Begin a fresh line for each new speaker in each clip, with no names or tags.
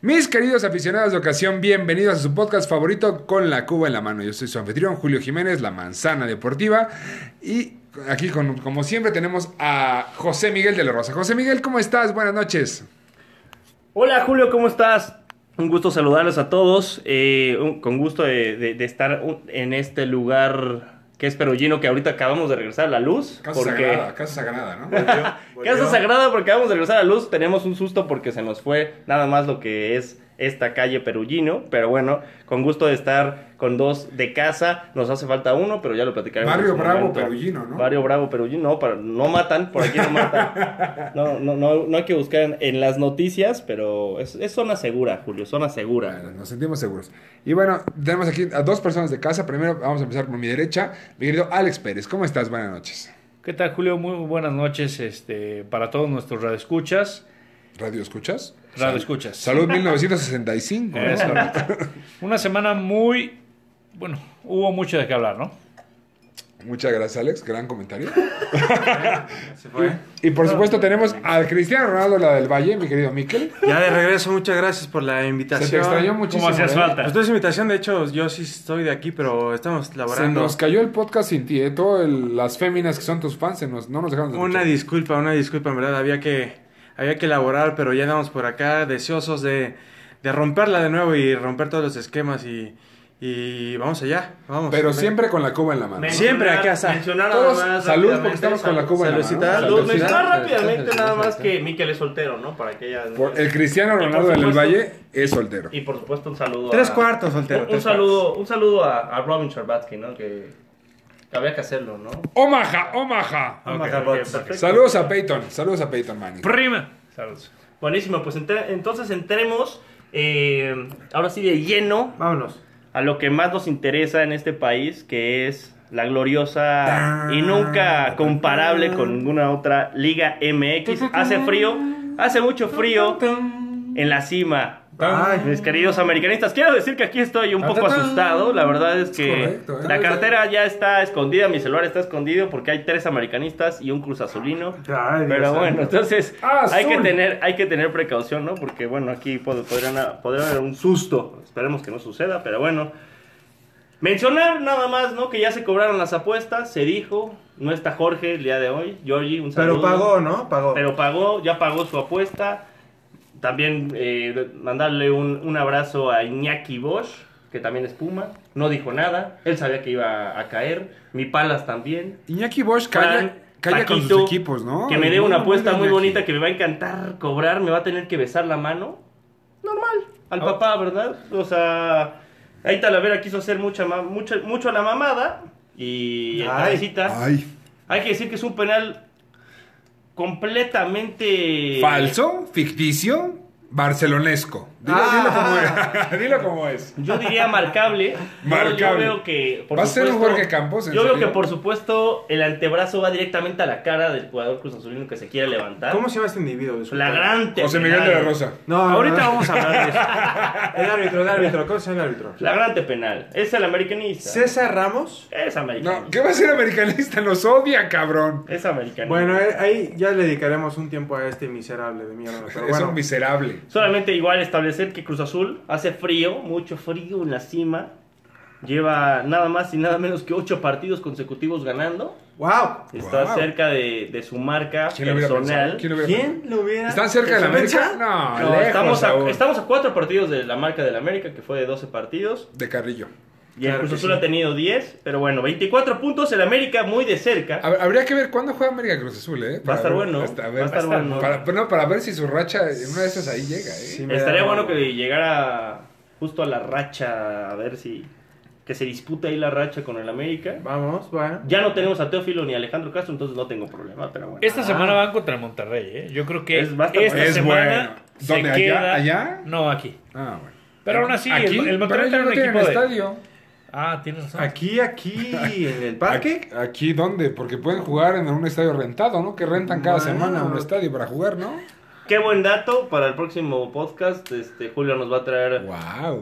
Mis queridos aficionados de ocasión, bienvenidos a su podcast favorito con la Cuba en la mano. Yo soy su anfitrión Julio Jiménez, la manzana deportiva. Y aquí, con- como siempre, tenemos a José Miguel de la Rosa. José Miguel, ¿cómo estás? Buenas noches.
Hola Julio, ¿cómo estás? Un gusto saludarlos a todos. eh, un- con gusto de, de- de estar un- en este lugar que es Perugino, que ahorita acabamos de regresar a la luz.
Casa Sagrada, Casa Sagrada, ¿no?
Casa Sagrada, porque acabamos de regresar a la luz. Tenemos un susto porque se nos fue nada más lo que es esta calle Perugino. Pero bueno, con gusto de estar con dos de casa. Nos hace falta uno, pero ya lo platicaremos.
Barrio
en su
Bravo Perugino, ¿no?
Barrio Bravo Perugino. No, para- no matan, por aquí no matan. No, no, no, no hay que buscar en, en las noticias, pero es, es zona segura, Julio, zona segura.
Bueno, Nos sentimos seguros. Y bueno, tenemos aquí a dos personas de casa. Primero vamos a empezar por mi derecha, mi querido Alex Pérez. ¿Cómo estás? Buenas noches.
¿Qué tal, Julio? Muy buenas noches este, para todos nuestros radioescuchas.
¿Radio escuchas?
Radioescuchas.
Salud 1965. ¿no?
Eso. Una semana muy... Bueno, hubo mucho de qué hablar, ¿no?
Muchas gracias, Alex. Gran comentario. Y, y por supuesto tenemos al Cristiano Ronaldo, la del Valle, mi querido Miquel.
Ya de regreso, muchas gracias por la
Se
invitación.
te extrañó muchísimo.
hacías
¿eh?
falta?
Pues no es invitación, de hecho, yo sí estoy de aquí, pero estamos
Se
laborando.
nos cayó el podcast sin ti, ¿eh? Todo el- las féminas que son tus fans se nos, no nos dejaron de
Una
escuchar.
disculpa, una disculpa, en verdad, había que, había que laborar, pero ya andamos por acá deseosos de, de romperla de nuevo y romper todos los esquemas y, y vamos allá, vamos.
Pero siempre con la cuba en la mano.
Sí. Siempre aquí hasta-
Mencionar nada
Todos,
más
salud porque
rápidamente,
estamos con la
salud,
cuba en la
Salucita.
mano.
salud.
Salucita.
Mencionar
Salucita.
rápidamente nada más que Miquel es soltero, ¿no? Para que ya...
Por- El Cristiano Ronaldo
por
del
supuesto.
Valle es soltero.
Y por supuesto un saludo
Tres
a-
cuartos, soltero.
Un, un
tres
saludo, un saludo a, a Robin Scherbatsky, ¿no? Que, que había que hacerlo, ¿no?
Omaha, Omaha.
Ok,
cuartos. Vamos a
ok,
Bots.
perfecto.
Saludos a Peyton. Saludos a Peyton Manning.
Prima. Saludos.
Buenísimo, pues entre- entonces entremos eh, ahora sí de lleno
Vámonos.
a lo que más nos interesa en este país, que es la gloriosa y nunca comparable con ninguna otra Liga MX. Hace frío, hace mucho frío en la cima.
Ay.
Mis queridos americanistas, quiero decir que aquí estoy un poco asustado. La verdad es que
Es correcto, ¿eh?
la cartera ya está escondida, mi celular está escondido porque hay tres americanistas y un cruz azulino.
Ay, Dios
Pero
santo.
bueno, entonces
Azul.
hay que tener hay que tener precaución, ¿no? Porque bueno, aquí pod- podrían- podría haber un susto. Esperemos que no suceda, pero bueno. Mencionar nada más, ¿no? Que ya se cobraron las apuestas, se dijo. No está Jorge el día de hoy. Georgie, un saludo.
Pero pagó, ¿no? Pagó.
Pero pagó, ya pagó su apuesta. También eh, mandarle un, un abrazo a Iñaki Bosch, que también es Puma. No dijo nada. Él sabía que iba a caer. Mi Palas también.
Iñaki Bosch
Fran,
calla, calla con
Paquito,
sus equipos, ¿no?
Que me dé una
Muy
apuesta
bien,
muy
Iñaki.
bonita que me va a encantar cobrar. Me va a tener que besar la mano. Normal. Al
Oh.
papá, ¿verdad? O sea, ahí Talavera quiso hacer mucha, ma- mucha- mucho a la mamada. Y el
Ay.
cabecita-
Ay.
hay que decir que es un penal completamente
Eh,
Falso, ficticio, barcelonesco. Dilo,
Ah.
dilo como es. dilo como es.
Yo diría marcable. Yo- Yo,
Marcable.
veo que
¿Va a ser un Jorge Campos, en
Yo veo
serio?
que por supuesto el antebrazo va directamente a la cara del jugador Cruz Azulino que se quiere levantar.
¿Cómo se llama este individuo? Disculpa.
Flagrante.
José Miguel
penal.
de la Rosa.
No,
Ahorita
no, no.
vamos a hablar de eso.
El árbitro, el árbitro. ¿Cómo se llama el árbitro?
Flagrante penal. Es el americanista.
César Ramos.
Es americanista.
No, ¿qué va a ser americanista? Nos odia, cabrón.
Es americanista.
Bueno, eh, ahí ya le dedicaremos un tiempo a este miserable de mierda. Pero
es
bueno,
un miserable.
Solamente igual establecer que Cruz Azul hace frío, mucho frío en la cima. Lleva nada más y nada menos que ocho partidos consecutivos ganando.
¡Wow!
Está
Wow.
cerca de, de su marca
¿Quién lo hubiera
personal.
pensado? ¿Quién lo hubiera
¿Quién lo hubiera?
¿Están cerca de la América?
¿Pensado?
No,
No,
lejos
estamos, a,
aún.
estamos a cuatro partidos de la marca del América, que fue de 12 partidos.
De Carrillo.
Y
Claro
el Cruz
que
Azul
sí.
ha tenido 10, pero bueno, 24 puntos. El América muy de cerca.
A ver, Habría que ver cuándo juega América Cruz Azul, ¿eh?
Va a estar
ver-
bueno.
hasta- a
Va a estar bueno.
Para, no, para ver si su racha en una de esas ahí llega, ¿eh?
Sí, me
Estaría
da-
bueno que llegara justo a la racha, a ver si. que se disputa ahí la racha con el América.
Vamos, bueno.
Ya no tenemos a Teófilo ni a Alejandro Castro, entonces no tengo problema, pero bueno.
Ah.
Esta semana van contra el Monterrey, ¿eh? Yo creo que
Es- va a estar
esta
bueno.
Es
semana
bueno.
se
¿Dónde? ¿Allá?
queda...
¿Allá?
No, aquí.
Ah, bueno.
Pero aún así,
Aquí,
el, el
pero
Mazatlán
ellos
era
no
un
tienen
equipo de...
estadio.
Ah, tienes razón.
Aquí, aquí, en el parque.
Aquí- ¿Aquí dónde? Porque pueden jugar en un estadio rentado, ¿no? Que rentan cada
Ah.
Bueno.
semana un estadio para jugar, ¿no?
Qué buen dato para el próximo podcast. Este Julio nos va a traer
¡Wow!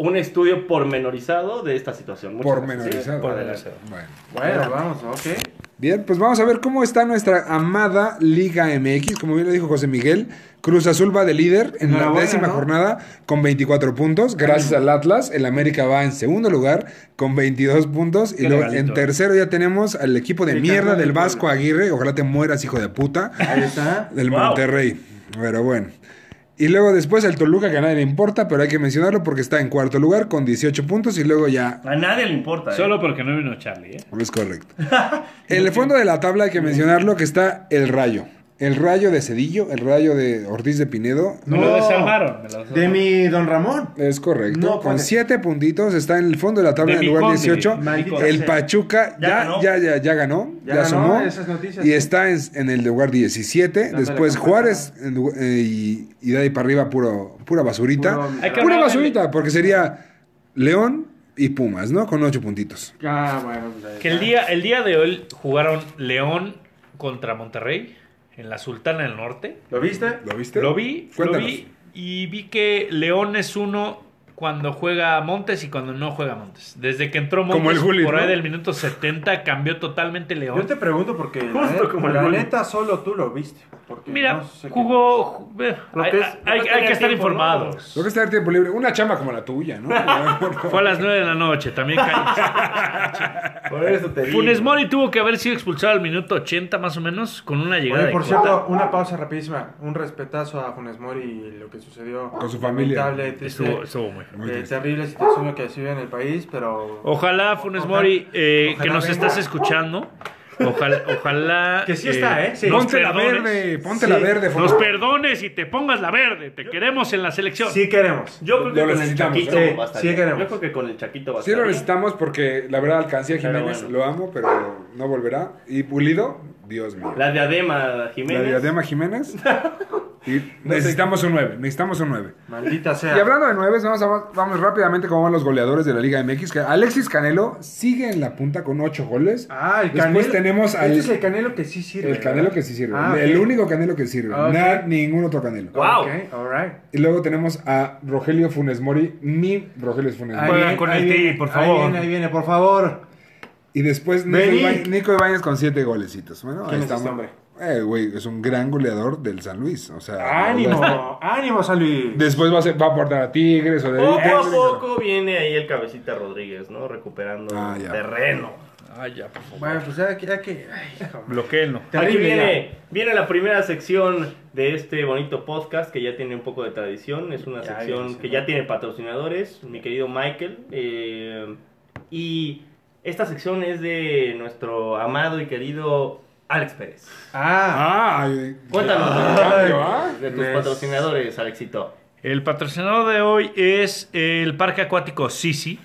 un estudio pormenorizado de esta situación. Muchas gracias.
Pormenorizado.
Sí, pormenorizado.
Bueno.
Bueno, vamos, ok.
Bien, pues vamos a ver cómo está nuestra amada Liga MX. Como bien lo dijo José Miguel, Cruz Azul va de líder en la
Enhorabuena,
décima
¿no?
jornada con 24 puntos. Gracias al Atlas, el América va en segundo lugar con 22 puntos. Y
Qué
luego
regalito.
¿eh?
en tercero ya tenemos al equipo de
El
mierda
campeón
del
del
Vasco
pueblo.
Aguirre. Ojalá te mueras, hijo de puta.
Ahí está.
del
Wow.
Monterrey. Pero bueno. Y luego después el Toluca, que a nadie le importa, pero hay que mencionarlo porque está en cuarto lugar con 18 puntos y luego ya
A nadie le importa. ¿eh?
Solo porque no vino Charlie, ¿eh?
es correcto. En el fondo de la tabla hay que mencionarlo que está el rayo. El rayo de Cedillo, el rayo de Ortiz de Pinedo.
Me lo desarmaron. Me lo desarmaron.
De mi don Ramón.
Es correcto.
No, pues,
con
puede.
siete puntitos está en el fondo de la tabla
De
en el
mi
lugar
conde,
18.
maldito
El
sea.
Pachuca
Ya
ya,
ganó.
ya, ya, ya ganó. Ya,
Ya ganó,
sumó.
esas noticias,
y
sí.
está en, en el lugar 17.
Dándole
Después
campana.
Juárez en lu- eh, y, y de ahí para arriba puro, pura basurita.
Puro-
Hay que
pura
hablar de-
basurita, porque sería León y Pumas, ¿no? Con ocho puntitos.
Ah, bueno, pues ahí
Que el
está.
día, el día de hoy jugaron León contra Monterrey en la Sultana del Norte.
¿Lo viste?
¿Lo viste?
Lo vi,
Cuéntanos.
lo vi y vi que León es uno cuando juega Montes y cuando no juega Montes. Desde que entró Montes
Como el Juli,
por ahí
¿no?
del minuto 70 cambió totalmente León.
Yo te pregunto porque la
Justo
ne-
como el
la
gol.
neta solo tú lo viste. Porque
Mira,
no sé qué-
jugó... ju- eh,
Lo
hay,
que es-
hay-
lo que
hay
tenía
que
tiempo,
estar
¿no?
informados.
Lo que está el tiempo libre, una chamba como la tuya, ¿no?
Fue a las 9 de la noche, también cállense.
Por eso te digo.
Funes Mori tuvo que haber sido expulsado al minuto 80 más o menos con una llegada
Oye,
de
por
Cota.
cierto, una pausa rapidísima. Un respetazo a Funes Mori y lo que sucedió.
Con su familia.
Lamentable, triste,
Estuvo, estuvo muy feo.
eh, terrible situación lo que ha sido en el país, pero...
Ojalá, Funes
Ojalá-
Mori, eh,
ojalá
que nos
venga.
estás escuchando. Ojalá, ojalá,
Que sí está, ¿eh? Sí.
nos
Ponte la
perdones.
verde, ponte
Sí.
la verde.
Nos
Fonseca.
perdones y te pongas la verde. Te queremos en la selección.
Sí queremos.
Yo creo que
Lo
con el
necesitamos,
Chaquito
¿eh? Sí,
bastaría.
sí queremos.
Yo creo que con el Chaquito
Sí
bastaría.
lo necesitamos porque la verdad alcancé a Jiménez,
Pero
lo
bueno.
amo, pero no volverá. Y Pulido, Dios mío. La,
La diadema Jiménez.
diadema Jiménez. Y necesitamos un 9, necesitamos un 9.
Maldita sea.
Y hablando de 9, vamos, a- vamos rápidamente como van los goleadores de la Liga MX. que Alexis Canelo sigue en la punta con 8 goles.
Ah, el
Después
Canelo.
tenemos al
Este es el Canelo que sí sirve.
el Canelo
¿verdad?
que sí sirve.
Ah, ok.
El único Canelo que sirve.
Ah, ok.
Na- ningún otro Canelo.
Wow.
Ok, all right.
Y luego tenemos a Rogelio Funes Mori, mi Rogelio Funes Mori.
Ahí
Juega
viene,
con
ahí
el Tigre,
viene,
por
Ahí
favor.
viene, ahí viene, por favor.
Y después Nico,
Vení.
Iba- Nico Ibáñez con siete golecitos. Bueno,
¿Quién
ahí
es este
estamos.
hombre?
Eh, güey, es un gran goleador del San Luis. O sea,
Ánimo, ánimo, San Luis.
Después va a, ser- va a aportar a Tigres o de
Poco
Tigres,
a
pero-
poco viene ahí el cabecita Rodríguez, ¿no? Recuperando
Ah, ya.
terreno.
Ay, ya, por favor.
Bueno, pues ya que... Ya que ay, hijo,
Bloquéenlo.
Aquí
terrible ya.
viene, viene la primera sección de este bonito podcast que ya tiene un poco de tradición. Es una
Ya,
sección
ya sé,
que
¿no?
ya tiene patrocinadores, mi querido Michael. eh, y esta sección es de nuestro amado y querido Alex Pérez.
Ah,
Ay,
Cuéntanos
qué cambio, ¿ah?
de tus
Mes.
pues,
patrocinadores, Alexito.
El patrocinador de hoy es el Parque Acuático Sisi.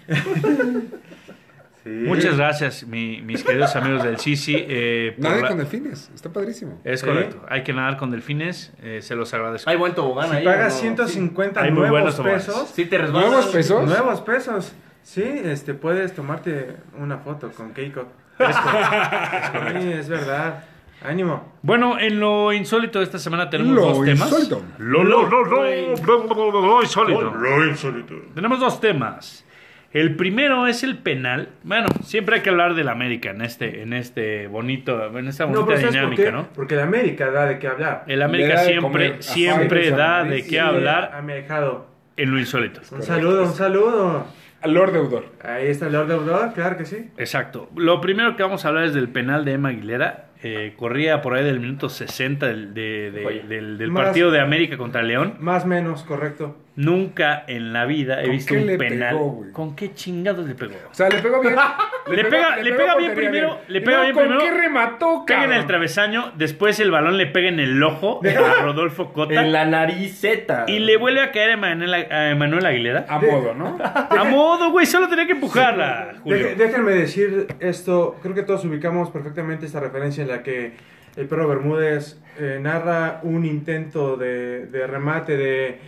sí.
Muchas gracias, mi- mis queridos amigos del Sisi. eh, por
Nadie
la-
con delfines. Está padrísimo.
Es
Sí.
correcto. Hay que nadar con delfines. eh, se los agradezco.
Hay buen tobogán ahí. ¿o no?
Pagas
Sí.
150
Hay muy buenos
nuevos
tomates.
pesos.
Sí, te resbalas.
¿Nuevos pesos?
Nuevos pesos. Sí, este, puedes tomarte una foto con Keiko. Sí, es verdad. Ánimo.
Bueno, en lo insólito de esta semana tenemos
Lo
dos temas.
insólito.
Lo, lo, lo, lo, lo, lo, lo insólito. Tenemos dos temas. El primero es el penal. Bueno, siempre hay que hablar del América en este, en este bonito, en esta bonita
pero ¿sabes por
dinámica,
qué?
¿no?
Porque la América da de qué hablar.
El
Le da
América
de
siempre,
comer a
siempre
Fabio
da
Sanabria.
de
Sí,
qué hablar
Amejado.
en lo insólito.
Un saludo, un saludo.
Al Lord Deudor.
Ahí está Lord of Lord, claro que sí.
Exacto. Lo primero que vamos a hablar es del penal de Emma Aguilera. Eh, corría por ahí del minuto 60 del, de- de-
Oye,
del- del
más-
partido de América contra León.
Más menos, correcto.
Nunca en la vida he
¿Con
visto
qué
un
le
penal.
pegó, güey?
¿Con qué chingados le pegó?
O sea, le pegó bien.
Le pega- le pega bien
portería
primero, le pega
No,
bien
¿con
primero.
qué remató,
Pega en
cabrón?
el travesaño, después el balón le pega en el ojo a Rodolfo Cota
En la nariceta.
y le vuelve a caer a Emanuel, a Emanuel Aguilera.
A modo, ¿no?
A modo, güey, solo tenía que empujarla, Julio.
Deje- déjenme decir esto, creo que todos ubicamos perfectamente esta referencia en la que el perro Bermúdez eh, narra un intento de, de remate de...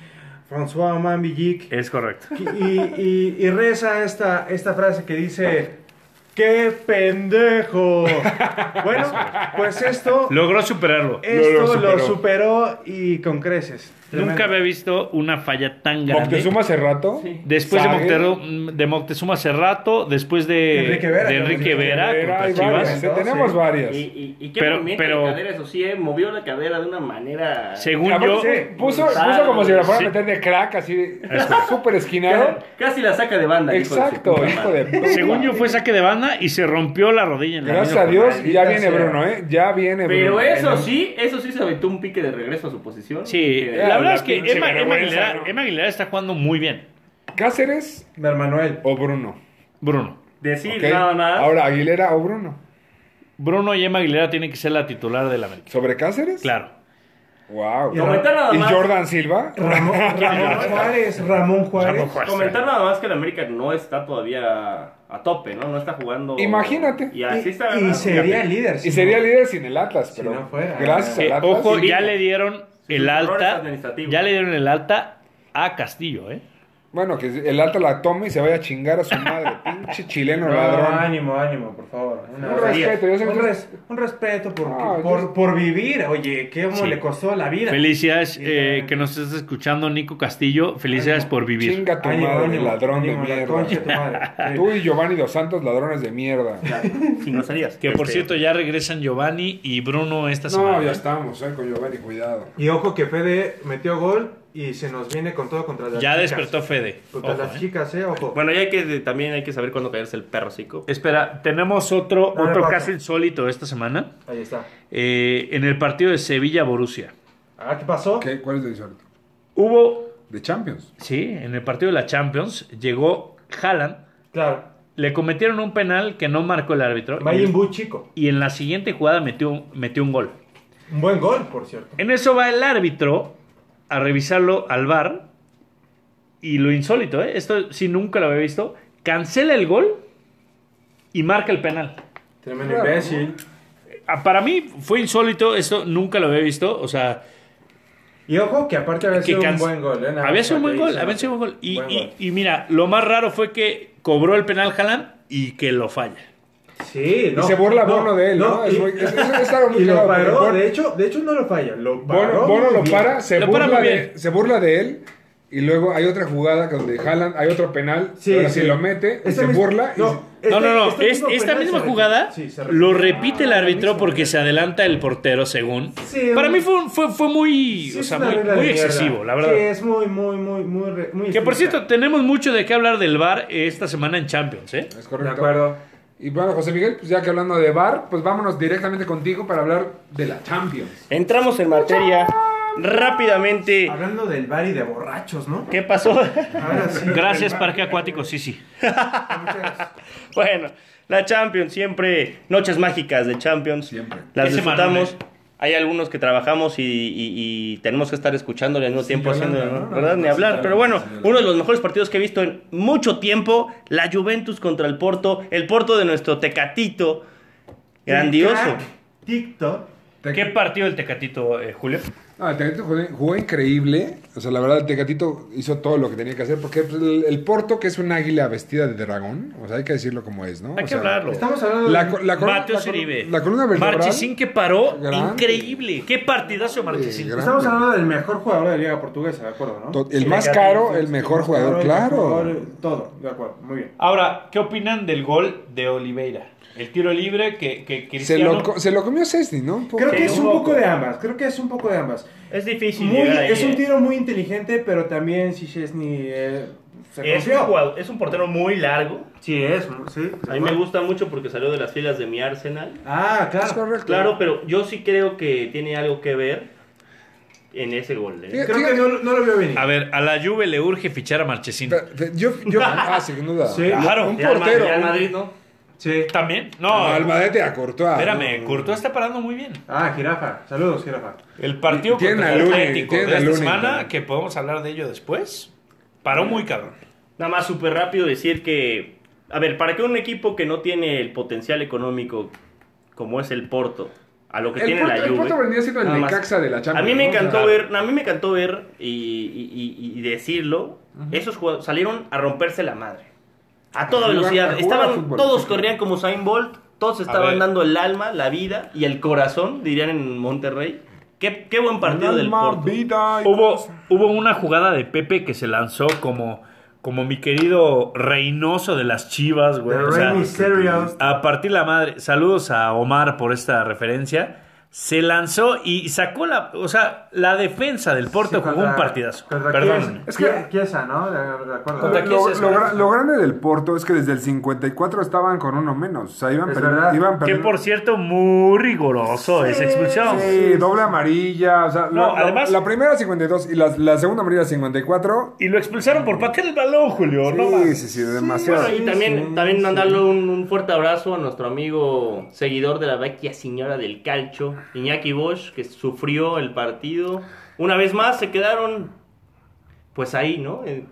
François Mambillic.
Es correcto.
Y, y- y reza esta, esta frase que dice: ¡Qué pendejo! Bueno, pues esto,
Logró superarlo.
Eh,
esto
Lo- lo
lo
superó.
superó y con creces.
Nunca
Tremendo.
había visto una falla tan grande.
Moctezuma hace rato.
Después de
Sague.
Moctezuma, de Moctezuma hace rato, después de
Enrique Vera,
de Enrique
también.
Vera,
Hay
contra
varias,
Chivas.
eh, tenemos
Sí.
varias.
Y, y, y qué
Pero-
movimiento
pero-
de cadera, eso sí, eh, movió la cadera de una manera...
Según
Aparte,
yo,
pu- puso,
brutal,
puso como si la fuera
sí.
a meter de crack, así, súper esquinado.
Ca- Casi la saca de banda. hijo de su
Exacto,
puta
hijo
madre.
de puta.
según yo fue saque de banda y se rompió la rodilla. En la
Gracias
misma
a Dios,
jornada.
y ya viene
sea.
Bruno, ¿eh? Ya viene Bruno.
Pero eso
En-
sí, eso sí se aventó un pique de regreso a su posición.
Sí,
Que-
Eh,
Ya,
la verdad
la
es que
pinche
Emma, Emma
vergüenza,
Aguilera,
¿no?
Emma Aguilera está jugando muy bien,
¿Cáceres
Mermanuel.
o Bruno?
Bruno.
Decir
¿ok?
nada más.
Ahora, Aguilera o Bruno.
Bruno y Emma Aguilera tienen que ser la titular del América.
¿Sobre Cáceres?
Claro.
Wow.
Comentar nada
¿Y
más.
Jordan Silva?
Ramón, Ramón Juárez. Ramón Juárez.
pues,
Comentar nada más que el América no está todavía a tope, ¿no? No está jugando.
Imagínate.
Y así está
Y, y
ganando.
sería líder. si
Y sería
no.
líder sin el Atlas, pero
no fuera.
gracias
Que,
al Atlas.
eh, ojo,
Sí.
ya le dieron el
errores
alta.
administrativos.
Ya le dieron el alta a Castillo, ¿eh?
Bueno, que el Atlas la tome y se vaya a chingar a su madre. Pinche chileno
No,
ladrón.
ánimo, ánimo, por favor. Una-
Un respeto, yo sé
un,
que-
res- un respeto por,
No, yo-
por, por vivir. Oye, ¿qué cómo
Sí.
le costó la vida?
Felicidades
Sí,
eh,
claro.
que nos estés escuchando, Nico Castillo. Felicidades por vivir.
Chinga tu
Ánimo,
madre,
ánimo,
ladrón
ánimo, la
de
concha de tu
mierda.
madre. Sí.
Tú y Giovanni Dos Santos, ladrones de mierda.
Sin groserías.
Que por
Este,
cierto ya regresan Giovanni y Bruno esta semana.
No, ya estamos, eh, con Giovanni, cuidado.
Y ojo que Fede metió gol y se nos viene con todo contra las
Ya
chicas.
despertó Fede.
Contra
Ojo,
las
eh.
chicas, eh, ojo.
Bueno, ya hay que, también hay que saber cuándo caerse el perro, chico.
Espera, tenemos otro,
Dale,
otro
Paco.
caso insólito esta semana.
Ahí está.
Eh, en el partido de Sevilla-Borusia.
Ah, ¿qué pasó?
¿Qué? ¿Cuál es el insólito?
Hubo,
De Champions.
sí, en el partido de la Champions, llegó Haaland,
Claro.
le cometieron un penal que no marcó el árbitro.
Mayimbu
Y,
chico.
y en la siguiente jugada metió, metió un gol.
Un buen gol, por cierto.
En eso va el árbitro a revisarlo al bar. Y lo insólito, ¿eh? esto sí nunca lo había visto. Cancela el gol y marca el penal.
Tremendo
Claro.
imbécil.
Ah, Para mí fue insólito, esto nunca lo había visto. O sea,
Y ojo que aparte había
que
sido un
canc-
buen gol. eh, nada
había
más
sido un
para
buen
que
gol.
se
Había
note.
sido un gol. Y,
Buen
y- y mira, lo más raro fue que cobró el penal Haaland y que lo falla.
Sí, no.
y se burla
no,
Bono de él, ¿no? Es
y-
muy- es- es- es algo muy
y lo
claro, porque
paró,
Bono-
de hecho, de hecho no lo falla, lo paró.
Bono, Bono
muy
lo
bien.
para, se,
Lo para
burla
muy
de,
bien.
se burla de él. Y luego hay otra jugada donde Haaland, hay otro penal. Sí, ahora sí. lo mete, y
Este
se
mismo-
burla. y
no,
se-
este-
no, no, no.
este
es,
mismo
esta
penal
misma
se
jugada
repite. Sí,
lo
se repite. Ah,
repite el árbitro porque se adelanta el portero, según.
Sí,
Para
un-
mí fue, un- fue, fue muy,
Ah, Sí,
o
es
sea,
una
muy,
regla de
muy
mierda.
excesivo, la verdad.
Sí, es muy, muy, muy, muy. re- muy
Que por cierto,
estricta.
tenemos mucho de qué hablar del VAR esta semana en Champions, ¿eh?
Es
De
correcto.
acuerdo.
Y bueno, José Miguel, pues ya que hablando de bar, pues vámonos directamente contigo para hablar de la Champions.
Entramos en materia rápidamente.
Hablando del bar y de borrachos, ¿no?
¿Qué pasó?
Ahora sí.
Gracias, Parque Acuático, sí, sí.
Bueno, la Champions, siempre noches mágicas de Champions.
Siempre.
Las
Ese
disfrutamos.
Manuel,
Hay algunos que trabajamos y, y- y tenemos que estar escuchándole al mismo tiempo
Yolanda,
haciendo,
¿no? No,
¿verdad?
no,
Ni
no,
hablar.
sí,
Pero
Yolanda,
bueno,
sí, Yolanda.
uno de los mejores partidos que he visto en mucho tiempo, la Juventus contra el Porto, el Porto de nuestro Tecatito, grandioso.
TikTok.
Te-
¿Qué partido el Tecatito, eh, Julio?
No, el Tecatito jugó, jugó increíble. O sea, la verdad, el Tecatito hizo todo lo que tenía que hacer. Porque pues, el, el Porto, que es un águila vestida de dragón, o sea, hay que decirlo como es, ¿no?
Hay
O
que
sea,
hablarlo.
Estamos hablando
La,
de.
co- la, columna-
Mateo
la, columna-
Siribe.
la columna vertebral.
Marchesín que paró.
Grande.
Increíble. Qué partidazo Marchesín.
gran-
Estamos hablando del mejor jugador de la Liga Portuguesa, ¿de acuerdo, no?
To- el
Sí,
más
Gabriel,
caro,
sí,
el
sí,
mejor jugador,
el
claro.
jugador, todo, de acuerdo, muy bien.
Ahora, ¿qué opinan del gol de Oliveira? El tiro libre que, que
Se
Cristiano...
lo, co- se lo comió Cesny, ¿no? Un poco.
Creo que es un
un
poco
poco.
de ambas, creo que es un poco de ambas.
Es difícil.
Muy-
llegar ahí,
es un
eh.
tiro muy inteligente, pero también si Chesney eh, se
Es un
confió.
jugador- es un portero muy largo.
Sí, es, sí.
A mí me gusta mucho porque salió de las filas de mi Arsenal.
Ah,
Es
claro.
correcto.
Claro, pero yo sí creo que tiene algo que ver en ese gol. ¿eh?
Fíjate,
Creo que no, no lo vio venir.
A ver, a la Juve le urge fichar a Marchesín.
Fe- fe- Yo, yo, ah, sin duda.
Sí.
Claro.
Un
Real Ma-
portero.
Real Madrid, ¿no?
Sí.
¿También?
No,
No,
al Madrid te acortó. a-
espérame. Courtois está parando muy bien.
Ah, jirafa. Saludos, jirafa.
El partido
Tienen
contra
a
el
Lunin,
Atlético
tienen
de
a
esta
Lunin
semana,
también.
que podemos hablar de ello después, paró muy cabrón.
Nada más súper rápido decir que, a ver, para que un equipo que no tiene el potencial económico como es el Porto a lo que
El
tiene
Porto-
la
el
Juve.
Porto vendría siendo el
Nada más.
Necaxa de la
A
Champions.
mí me
¿no?
encantó
Claro.
ver, a mí me encantó ver y, y- y- y decirlo. Esos jugadores salieron a romperse la madre. A
A jugar-
toda
a
velocidad.
jugar
Estaban,
a fútbol,
todos
sí,
corrían como Usain Bolt. Todos estaban
ver.
dando el alma, la vida y el corazón, dirían en Monterrey. Qué, qué buen partido del
Alma,
Porto.
vida y-
Hubo, hubo una jugada de Pepe que se lanzó como, como mi querido Reynoso de las Chivas, güey.
The
O sea,
Rainy Serials.
a partir la madre. Saludos a Omar por esta referencia. Se lanzó y sacó la, o sea, la defensa del Porto
Sí,
jugó
contra-
un partidazo.
contra
Perdónenme.
Chiesa-
Es que-
Chiesa, ¿no? De, de acuerdo.
Lo,
Contra
lo-
quién se
lo
juega?
gra- lo grande del Porto es que desde el 54 estaban con uno menos. O sea, iban,
Es
perdi-
verdad.
iban
Que
perdiendo.
por cierto, muy rigoroso
Oh,
esa expulsión.
Sí, doble amarilla. O sea,
No,
la, la-
además-
la primera 52 y la, la segunda amarilla 54.
Y lo expulsaron por patear el balón, Julio. no
Sí,
mames.
sí, sí, demasiado.
Bueno, y también, también mandarle un, un fuerte abrazo a nuestro amigo seguidor de la vecchia señora del calcho, Iñaki Bosch, que sufrió el partido. Una vez más se quedaron, pues ahí, ¿no? Eh,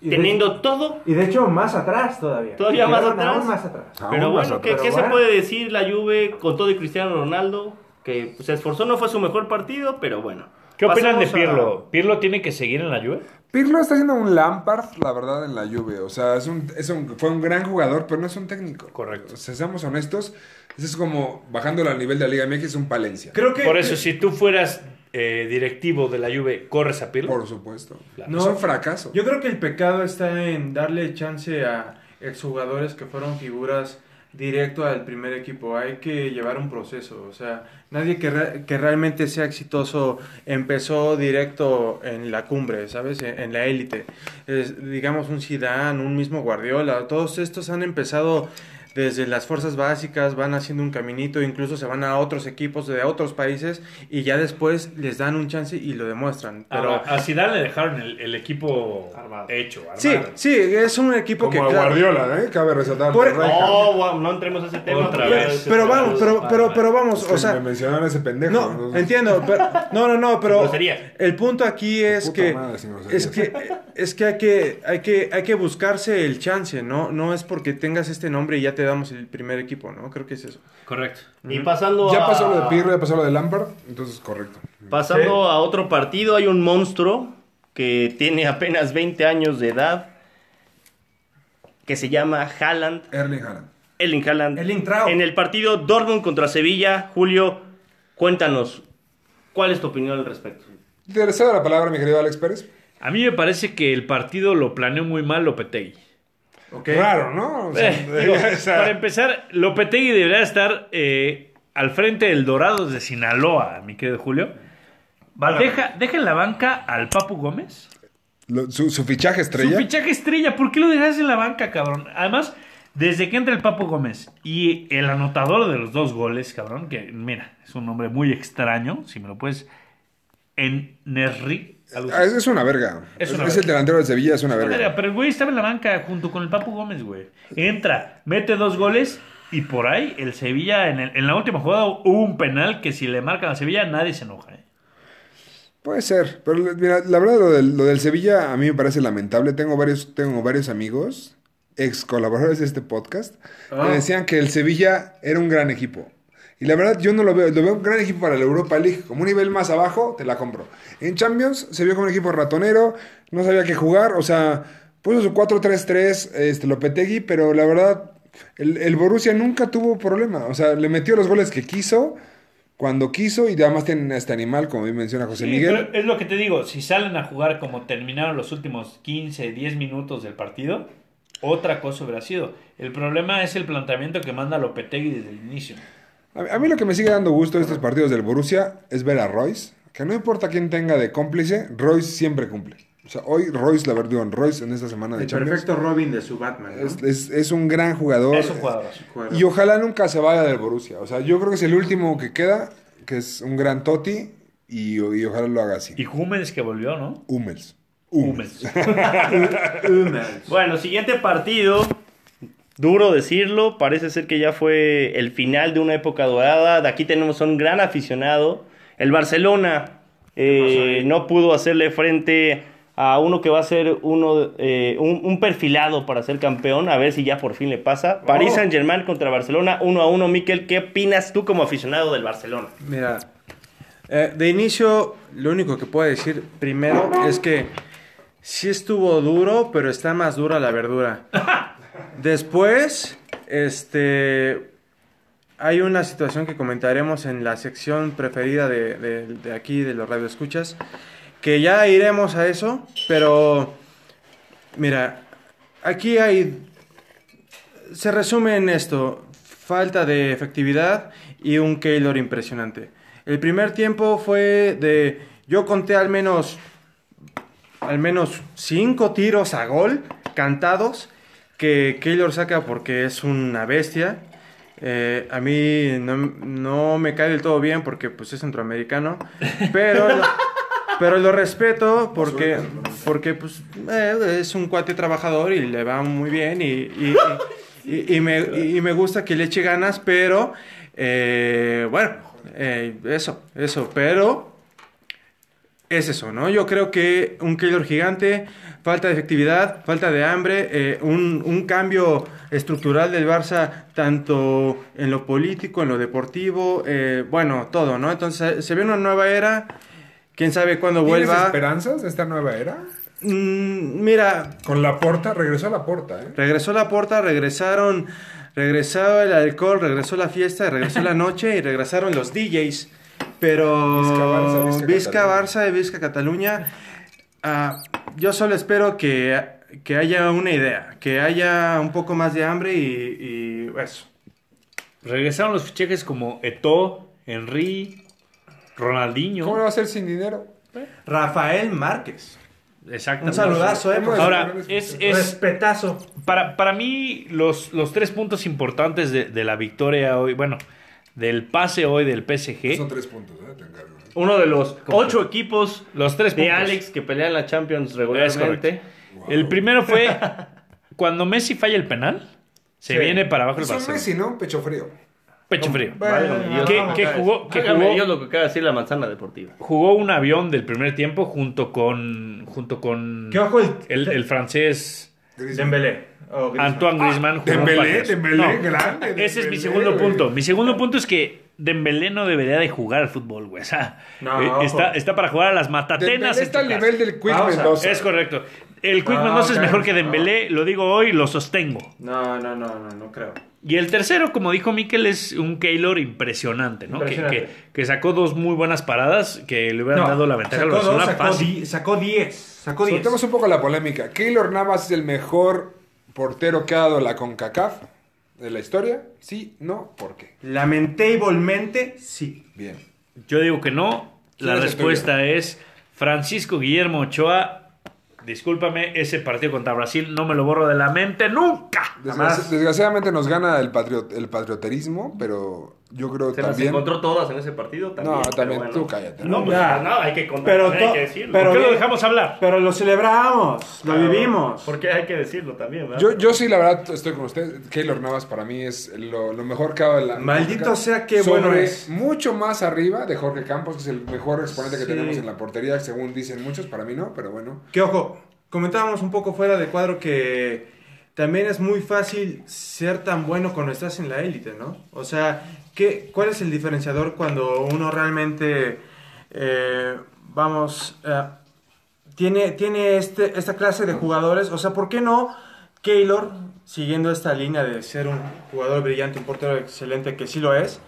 Y de-
Teniendo todo.
Y de hecho, más atrás todavía.
Todavía más
Llegaron
atrás.
aún más atrás.
Aún
Pero
más
bueno, ¿qué,
atrás.
qué se
Pero bueno.
puede decir la Juve con todo y Cristiano Ronaldo? Que pues, se esforzó, no fue su mejor partido, pero bueno.
¿Qué opinan de
Pasamos a-
Pirlo? ¿Pirlo tiene que seguir en la lluvia?
Pirlo está haciendo un Lampard, la verdad, en la lluvia. O sea, es un, es un- fue un gran jugador, pero no es un técnico.
Correcto.
O sea, seamos honestos, eso es como bajándolo al nivel de la Liga MX, es un Palencia.
Creo que.
Por eso, si tú fueras eh, directivo de la Juve, ¿corres a Pirlo?
Por supuesto.
No.
es un fracaso.
Yo creo que el pecado está en darle chance a exjugadores que fueron figuras directo al primer equipo. Hay que llevar un proceso. O sea, nadie que, re- que realmente sea exitoso empezó directo en la cumbre, ¿sabes? E, En, en la élite. Es, digamos un Zidane, un mismo Guardiola. Todos estos han empezado desde las fuerzas básicas, van haciendo un caminito, incluso se van a otros equipos de otros países y ya después les dan un chance y lo demuestran. Pero...
Pero a Zidane le dejaron el, el equipo
Armado.
hecho, armado.
Sí, sí, es un
Como
equipo que
a
claro,
Guardiola, ¿eh? Cabe resaltar.
Por- oh,
Reca.
No, guau, no entremos a ese tema.
Otra
pero-
vez.
pero vamos, pero pero pero vamos,
Es que
o
me
sea,
mencionaron a ese pendejo.
no,
Entonces,
entiendo, pero no, no, no, pero
Groserías.
el punto aquí es
Puta
que
madre, sin groserías.
es que es que hay que hay que hay que buscarse el chance, no no es porque tengas este nombre y ya te damos el primer equipo, ¿no? Creo que es eso.
Correcto.
Y pasando
Ya
a-
pasó
Ah.
lo de Pirlo, ya pasó lo de Lampard, entonces correcto.
Pasando a otro partido, hay un monstruo que tiene apenas 20 años de edad que se llama Haaland,
Erling Haaland.
Erling Haaland.
Erling Trao.
En el partido Dortmund contra Sevilla, Julio, cuéntanos, ¿cuál es tu opinión al respecto?
Te cedo la palabra, mi querido Alex Pérez.
A mí me parece que el partido lo planeó muy mal Lopetegui.
¿ok?
Claro, ¿no? O sea,
Eh, digo,
o sea,
para empezar, Lopetegui debería estar eh, al frente del Dorados de Sinaloa, mi querido Julio. Deja, deja en la banca al Papu Gómez.
lo- su, su fichaje estrella.
Su fichaje estrella, ¿por qué lo dejas en la banca, cabrón? Además, desde que entra el Papo Gómez y el anotador de los dos goles, cabrón, que mira, es un nombre muy extraño, si me lo puedes. En Nerri. algo
Ah,
así.
es, es una verga.
Es
Es,
una
es
verga.
el delantero de Sevilla, es una
Madre,
verga.
Pero el güey estaba en la banca junto con el Papu Gómez, güey. Entra, mete dos goles y por ahí el Sevilla, en, el- en la última jugada hubo un penal que si le marcan a Sevilla nadie se enoja, ¿eh?
Puede ser, pero mira, la verdad lo del, lo del Sevilla a mí me parece lamentable. Tengo varios, tengo varios amigos, ex colaboradores de este podcast,
Ah.
que decían que el Sevilla era un gran equipo. Y la verdad yo no lo veo, lo veo un gran equipo para la Europa League. Como un nivel más abajo, te la compro. En Champions se vio como un equipo ratonero, no sabía qué jugar, o sea, puso su 4-3-3 este, Lopetegui, pero la verdad el, el Borussia nunca tuvo problema. O sea, le metió los goles que quiso. Cuando quiso, y además tienen a este animal, como bien menciona José
Sí,
Miguel.
pero es lo que te digo, si salen a jugar como terminaron los últimos 15, 10 minutos del partido, otra cosa hubiera sido. El problema es el planteamiento que manda Lopetegui desde el inicio.
A mí- a mí lo que me sigue dando gusto de estos partidos del Borussia es ver a Royce, que no importa quién tenga de cómplice, Royce siempre cumple. O sea, hoy Royce, la verdad, digo, Royce en esta semana de
El
Champions
perfecto Robin de su Batman. ¿no?
es, es- es un gran jugador.
Es un jugadorazo.
Acuerdo.
Y ojalá nunca se vaya del Borussia. O sea, yo creo que es el último que queda, que es un gran Toti, y, y ojalá lo haga así.
Y Hummels que volvió, ¿no?
Hummels.
Hummels.
Hummels.
Bueno, siguiente partido. Duro decirlo, parece ser que ya fue el final de una época dorada. De aquí tenemos a un gran aficionado. El Barcelona eh, no pudo hacerle frente a uno que va a ser uno, eh, un, un perfilado para ser campeón, a ver si ya por fin le pasa.
Oh.
París Saint Germain contra Barcelona, uno a uno. Miquel, ¿qué opinas tú como aficionado del Barcelona?
Mira, eh, de inicio, lo único que puedo decir primero es que sí estuvo duro, pero está más dura la verdura. Después, este, hay una situación que comentaremos en la sección preferida de, de- de aquí, de los radioescuchas, que ya iremos a eso, pero mira, aquí hay... Se resume en esto, falta de efectividad y un Keylor impresionante. El primer tiempo fue de... Yo conté al menos al menos cinco tiros a gol cantados que Keylor saca porque es una bestia. Eh, a mí no, no me cae del todo bien porque pues es centroamericano, pero lo, pero lo respeto porque porque pues eh, es un cuate trabajador y le va muy bien y, y- y- y- y me, y me gusta que le eche ganas, pero eh, bueno, eh, eso, eso, pero es eso, ¿no? Yo creo que un Keylor gigante, falta de efectividad, falta de hambre, eh, un, un cambio estructural del Barça, tanto en lo político, en lo deportivo, eh, bueno, todo, ¿no? Entonces se ve una nueva era, quién sabe cuándo
¿Tienes
vuelva.
esperanzas de esta nueva era?
Mm, mira,
Con la porta, regresó a la porta, ¿eh?
Regresó la porta, regresaron, regresó el alcohol, regresó la fiesta, regresó la noche y regresaron los DJs. Pero
Vizca Barça, Vizca Cataluña.
Vizca Barça y Vizca Cataluña, ah, yo solo espero que, que haya una idea, que haya un poco más de hambre y, y eso.
Regresaron los fichajes como Eto, Henry, Ronaldinho.
¿Cómo lo va a hacer sin dinero?
Rafael Márquez, un
Exactamente.
saludazo, eh.
¿Cómo
Ahora, es, es
Respetazo.
para, para mí los, los tres puntos importantes de, de la victoria hoy, bueno, del pase hoy del
Son
Pues
PSG,
tres puntos, ¿eh? Te encargo.
Uno de los ocho equipos
los tres
de
puntos.
Alex que pelean la Champions
Es correcto.
regularmente.
El primero fue cuando Messi falla el penal, se
Sí.
viene para
Pues
abajo el
Es un
Barcelona.
Messi, ¿no? Pecho frío.
Pecho frío.
Válgame Dios.
¿Qué- qué jugó- qué
Válgame
jugó?
Dios lo que acaba de decir la manzana deportiva.
Jugó un avión del primer tiempo junto con junto con
¿Qué ojo el,
el, el francés
Dembélé? Oh, o Griezmann.
Antoine Griezmann. jugó
ah, Dembélé,
varios.
Dembélé, grande,
Ese es mi
Dembélé,
segundo
güey.
punto. Mi segundo punto es que Dembélé no debería de jugar al fútbol, güey. O sea,
No,
eh,
ojo.
está, está para jugar a las
Dembélé
matatenas. en
está
tu
al
casa.
nivel del Ah, Quick
Vamos a-
Mendoza.
Es correcto. El Quick
No,
Mendoza es
ok,
mejor que
no.
Ah.
Dembélé, lo digo hoy, lo sostengo.
No, no, no, no, no creo.
Y el tercero, como dijo Mikel, es un Keylor impresionante, ¿no? Que-
Impresionante.
Que, que sacó dos muy buenas paradas que le hubieran dado la ventaja al
sacó
Barcelona
dos, sacó
fácil.
di- Sacó 10. Sacó 10.
Soltemos un poco la polémica. ¿Keylor Navas es el mejor portero que ha dado la CONCACAF de la historia? Sí, no, ¿por qué?
Lamentablemente, sí.
Bien.
Yo digo que no. La
Sí, es el
respuesta es Francisco Guillermo Ochoa. Discúlpame, ese partido contra Brasil no me lo borro de la mente nunca.
Desgraci- desgraciadamente nos gana el, patriot- el patrioterismo, pero yo creo
Se las
también...
encontró todas en ese partido también.
no,
pero
también
bueno.
tú cállate.
No,
No, pues
Ya.
no, hay que contar,
Pero
hay
to-
que decirlo.
pero-
¿Por qué lo
bien.
dejamos hablar?
Pero lo celebramos, lo
Claro,
vivimos.
Porque hay que decirlo también, ¿verdad?
Yo, yo sí, la verdad, estoy con usted. Keylor Navas para mí es lo, lo mejor que ha dado la...
Maldito
la-
sea, qué
sobre-
bueno es.
Mucho más arriba de Jorge Campos, que es el mejor exponente que
Sí.
tenemos en la portería, según dicen muchos, para mí no, pero bueno.
Que ojo, comentábamos un poco fuera de cuadro que también es muy fácil ser tan bueno cuando estás en la élite, ¿no? O sea, ¿qué, ¿cuál es el diferenciador cuando uno realmente, eh, vamos, eh, tiene, tiene este, esta clase de jugadores? O sea, ¿por qué no Keylor, siguiendo esta línea de ser un jugador brillante, un portero excelente, que sí lo es?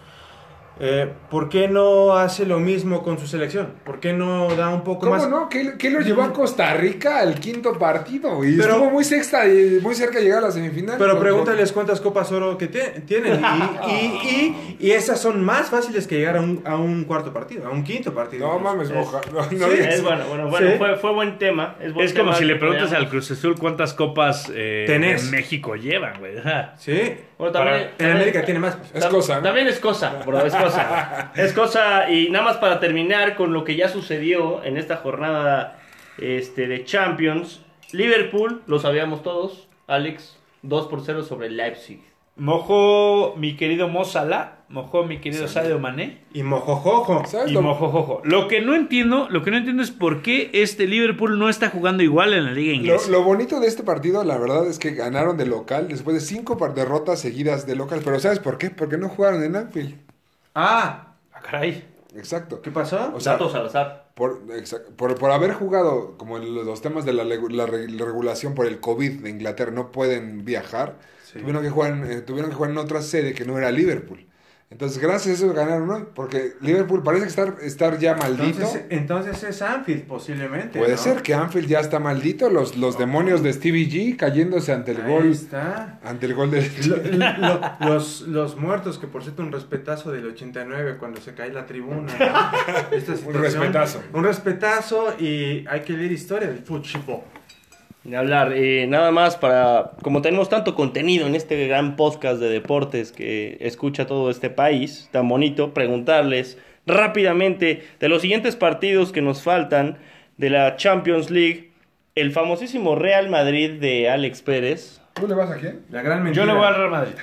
eh, ¿Por qué no hace lo mismo con su selección? ¿Por qué no da un poco
¿Cómo
más?
no? ¿Qué, qué lo llevó a Costa Rica al quinto partido? Y
Pero-
estuvo muy sexta, y muy cerca de llegar a la semifinal.
Pero
Con-
pregúntales cuántas copas oro que tie- tienen. Y, y, y- y esas son más fáciles que llegar a un, a un cuarto partido, a un quinto partido.
No mames,
incluso.
moja. No, no
Sí,
digas-
Es bueno, bueno, bueno,
Sí.
fue, fue buen tema. Es, buen
Es como
tema
si le
que
preguntas
podíamos-
al Cruz Azul cuántas copas eh,
Tenés.
de México llevan, güey. Ajá.
Sí.
Bueno, también-
Para- en América tiene más. pues.
Es cosa, ¿no?
También es cosa, bro, es cosa. es cosa, y nada más para terminar con lo que ya sucedió en esta jornada este, de Champions. Liverpool, lo sabíamos todos, Alex, 2 por 0 sobre Leipzig.
Mojo, mi querido Mo Salah, mojó mi querido Sadio Mané
Y mojojojo.
¿Sabes
y
lo-
mojojojo. Lo que no entiendo, lo que no entiendo es por qué este Liverpool no está jugando igual en la liga
Lo,
inglesa.
lo bonito de este partido, la verdad, es que ganaron de local después de cinco par- derrotas seguidas de local. Pero ¿sabes por qué? Porque no jugaron en Anfield.
Ah,
Ah, caray.
Exacto.
¿qué pasó?
O sea,
Datos al azar.
por, exact- por, por haber jugado como en los temas de la, legu- la re- la regulación por el COVID de Inglaterra, no pueden viajar. Tuvieron, que jugar, en- eh, tuvieron que jugar en otra sede que no era Liverpool. Entonces, gracias a eso ganaron hoy. Porque Liverpool parece que estar, estar ya maldito.
Entonces, entonces es Anfield posiblemente.
Puede
¿no?
ser que Anfield ya está maldito. Los, los demonios de Stevie G cayéndose ante el
Ahí
gol.
está.
Ante el gol de.
Lo- lo- los, los muertos, que por cierto, un respetazo del 89 cuando se cae la tribuna. ¿no? Esta situación-
respetazo.
Un respetazo y hay que leer historia del fútbol.
Ni hablar, eh, nada más para, como tenemos tanto contenido en este gran podcast de deportes que escucha todo este país tan bonito, preguntarles rápidamente de los siguientes partidos que nos faltan de la Champions League, el famosísimo Real Madrid de Alex Pérez.
¿Tú le vas a quién?
La gran mentira.
Yo le voy al Real Madrid.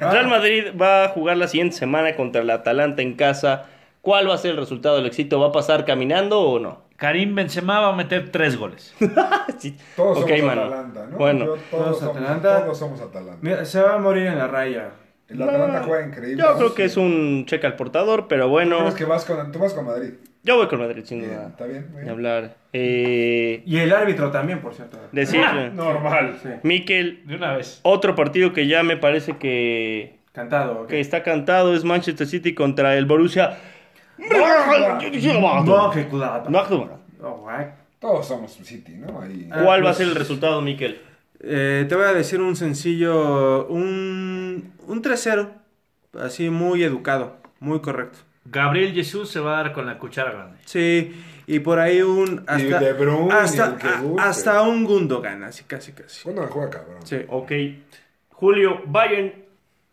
Ah.
Real Madrid va a jugar la siguiente semana contra el Atalanta en casa. ¿Cuál va a ser el resultado del éxito? ¿Va a pasar caminando o no?
Karim Benzema va a meter tres goles.
Sí.
Todos
Ok,
somos
mano.
Atalanta, ¿no?
Bueno.
Yo-
Todos
todos, somos,
Atalanta.
todos somos Atalanta.
Mira, se va a morir en la raya.
El Atalanta
No,
juega increíble.
Yo creo que es un cheque al portador, pero
Creo
bueno.
que vas con, tú vas con Madrid.
Yo voy con Madrid, sin
Bien,
duda.
Está bien. muy
Ni
bien.
hablar. Eh,
Y el árbitro también, por cierto.
decir,
Ah,
Normal.
Sí.
Miquel,
De una vez.
otro partido que ya me parece que,
Cantado. ok.
que está cantado es Manchester City contra el Borussia.
No, que cuidado. Oh, guay.
Todos somos City, ¿no? Ahí.
¿Cuál va a ser el resultado, Miquel?
Eh, te voy a decir un sencillo, un, un 3-0, así muy educado, muy correcto.
Gabriel Jesús se va a dar con la cuchara grande.
Sí, y por ahí un... Hasta,
De Bruyne,
hasta,
el que guste.
a- hasta un Gundogan, así casi casi.
Bueno, juega cabrón.
Sí.
Ok. Julio, Bayern,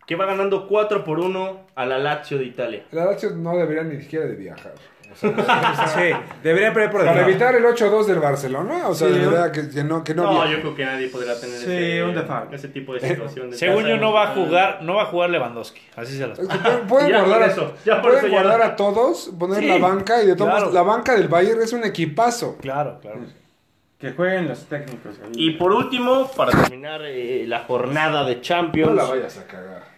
que va ganando 4 por 1 a la Lazio de Italia.
La Lazio no debería ni siquiera de viajar. O sea,
Sí, deberían poner por
para
debajo.
evitar el 8-2 del Barcelona, o sea,
Sí,
de
un-
verdad que, que no, que no,
No,
viaje.
yo creo que nadie podrá tener
Sí,
ese,
un default.
ese tipo de situación. de
Según
casa.
yo no va a jugar, no va a jugar Lewandowski. Así se las
Es que pueden- pueden
Ya por
guardar, a-
eso, ya por
pueden
eso ya
guardar
no.
a todos, poner
Sí,
la banca y de todos
claro.
modos, la banca del Bayern es un equipazo.
Claro, claro.
Que jueguen los técnicos. ahí.
Y por último, para terminar eh, la jornada de Champions.
No la vayas a cagar.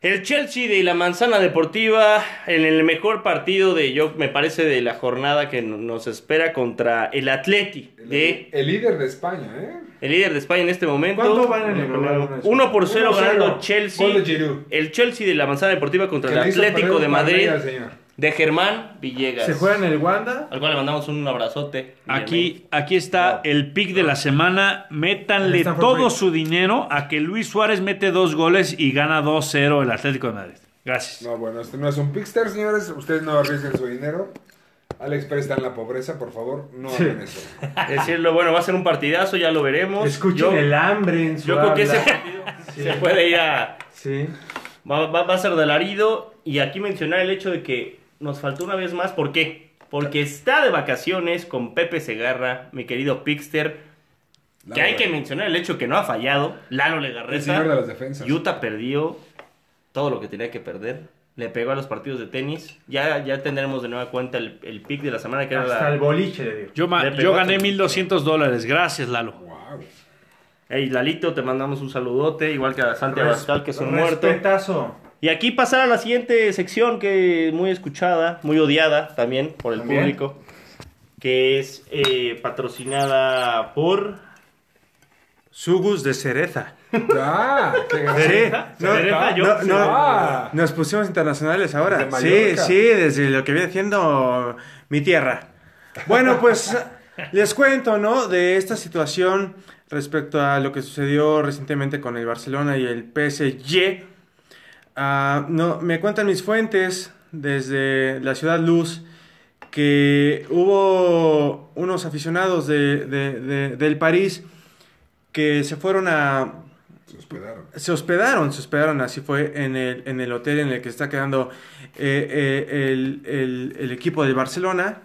El Chelsea de la Manzana Deportiva en el mejor partido de yo me parece de la jornada que no- nos espera contra el Atleti
El,
de
el líder de España, ¿eh?
el líder de España en este momento.
¿Cuánto van en el global?
1 por 0
1-0.
ganando Chelsea.
Gol de Giroud.
El Chelsea de la Manzana Deportiva contra
Que
el
le hizo
Atlético
perder
de
un
Madrid
Marbella al señor.
de Germán Villegas.
Se juega en el Wanda.
Al cual le mandamos un abrazote.
Aquí, aquí está el pick de la semana.
El
Métanle
Stanford
todo
Bridge.
su dinero a que Luis Suárez mete dos goles y gana 2-0 el Atlético de Madrid. Gracias.
No, bueno, este no es un Pixter, señores. Ustedes no arriesguen su dinero. Alex Pérez está en la pobreza, por favor, no hagan eso.
Decirlo, bueno, va a ser un partidazo, ya lo veremos.
Escuchen
yo,
el hambre en su
yo creo que ese
habla.
partido se puede ir a
Sí.
Va, va- va a ser de alarido y aquí mencionar el hecho de que nos faltó una vez más. ¿Por qué? Porque está de vacaciones con Pepe Segarra, mi querido Pixter.
Lalo
que hay que
Legarreta.
mencionar el hecho que no ha fallado. Lalo Legarreta.
El señor de las defensas.
Utah perdió todo lo que tenía que perder. Le pegó a los partidos de tenis. Ya, ya tendremos de nueva cuenta el, el pick de la semana que era
Hasta
la...
el boliche le digo.
Yo, ma-
Le pegó
yo gané
también.
1.200 dólares. Gracias, Lalo.
Wow.
Ey, Lalito, te mandamos un saludote. Igual que a Santi Abascal, que es un muerto.
Respetazo.
Y aquí pasar a la siguiente sección que muy escuchada, muy odiada también por el
También.
público, que es eh, patrocinada por...
Sugus de cereza.
Ah, qué gran-
Sí, no,
Cereza, yo-
no, no,
Ah.
nos pusimos internacionales ahora.
Desde
Sí,
Mallorca.
sí, desde lo que viene siendo mi tierra. Bueno, pues les cuento, ¿no? De esta situación respecto a lo que sucedió recientemente con el Barcelona y el PSG. Ah, no, me cuentan mis fuentes desde la ciudad Luz que hubo unos aficionados de- de- de- del París que se fueron a,
Se hospedaron.
se hospedaron, se hospedaron, así fue, en el, en el hotel en el que está quedando eh, eh, el, el- el equipo del Barcelona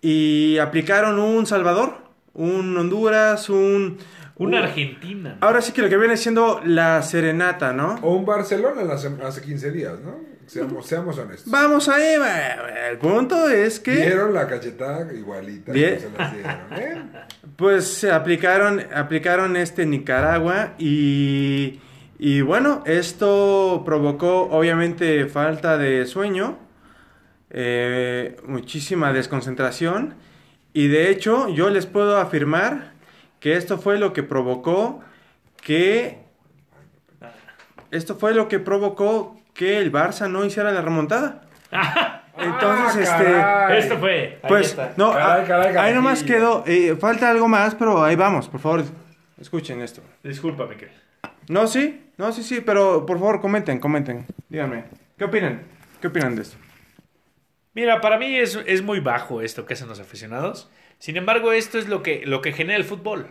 y aplicaron un Salvador, un Honduras, un...
Una
un-
Argentina. ¿no?
Oh.
Ahora sí que lo que viene siendo la serenata, ¿no?
O un Barcelona las- hace 15 días, ¿no? Seamos, seamos honestos.
Vamos ahí, va- el punto es que
Vieron la cachetada igualita.
Bien.
como se las dieron, ¿eh?
pues se aplicaron, aplicaron este en Nicaragua y, y bueno, esto provocó obviamente falta de sueño, eh, muchísima desconcentración y de hecho yo les puedo afirmar que esto fue lo que provocó que esto fue lo que provocó que el Barça no hiciera la remontada. Entonces,
Ah,
este,
caray.
Esto fue.
Ahí
Pues
está.
no,
Caray,
ah,
caray,
ahí nomás
carajillo.
quedó. eh, falta algo más, pero ahí vamos, por favor. Escuchen esto.
Disculpa, Miquel.
No, sí, no, sí, sí, pero por favor comenten, comenten. Díganme, ¿qué opinan? ¿Qué opinan de esto?
Mira, para mí es, es muy bajo esto que hacen los aficionados. Sin embargo, esto es lo que, lo que genera el fútbol.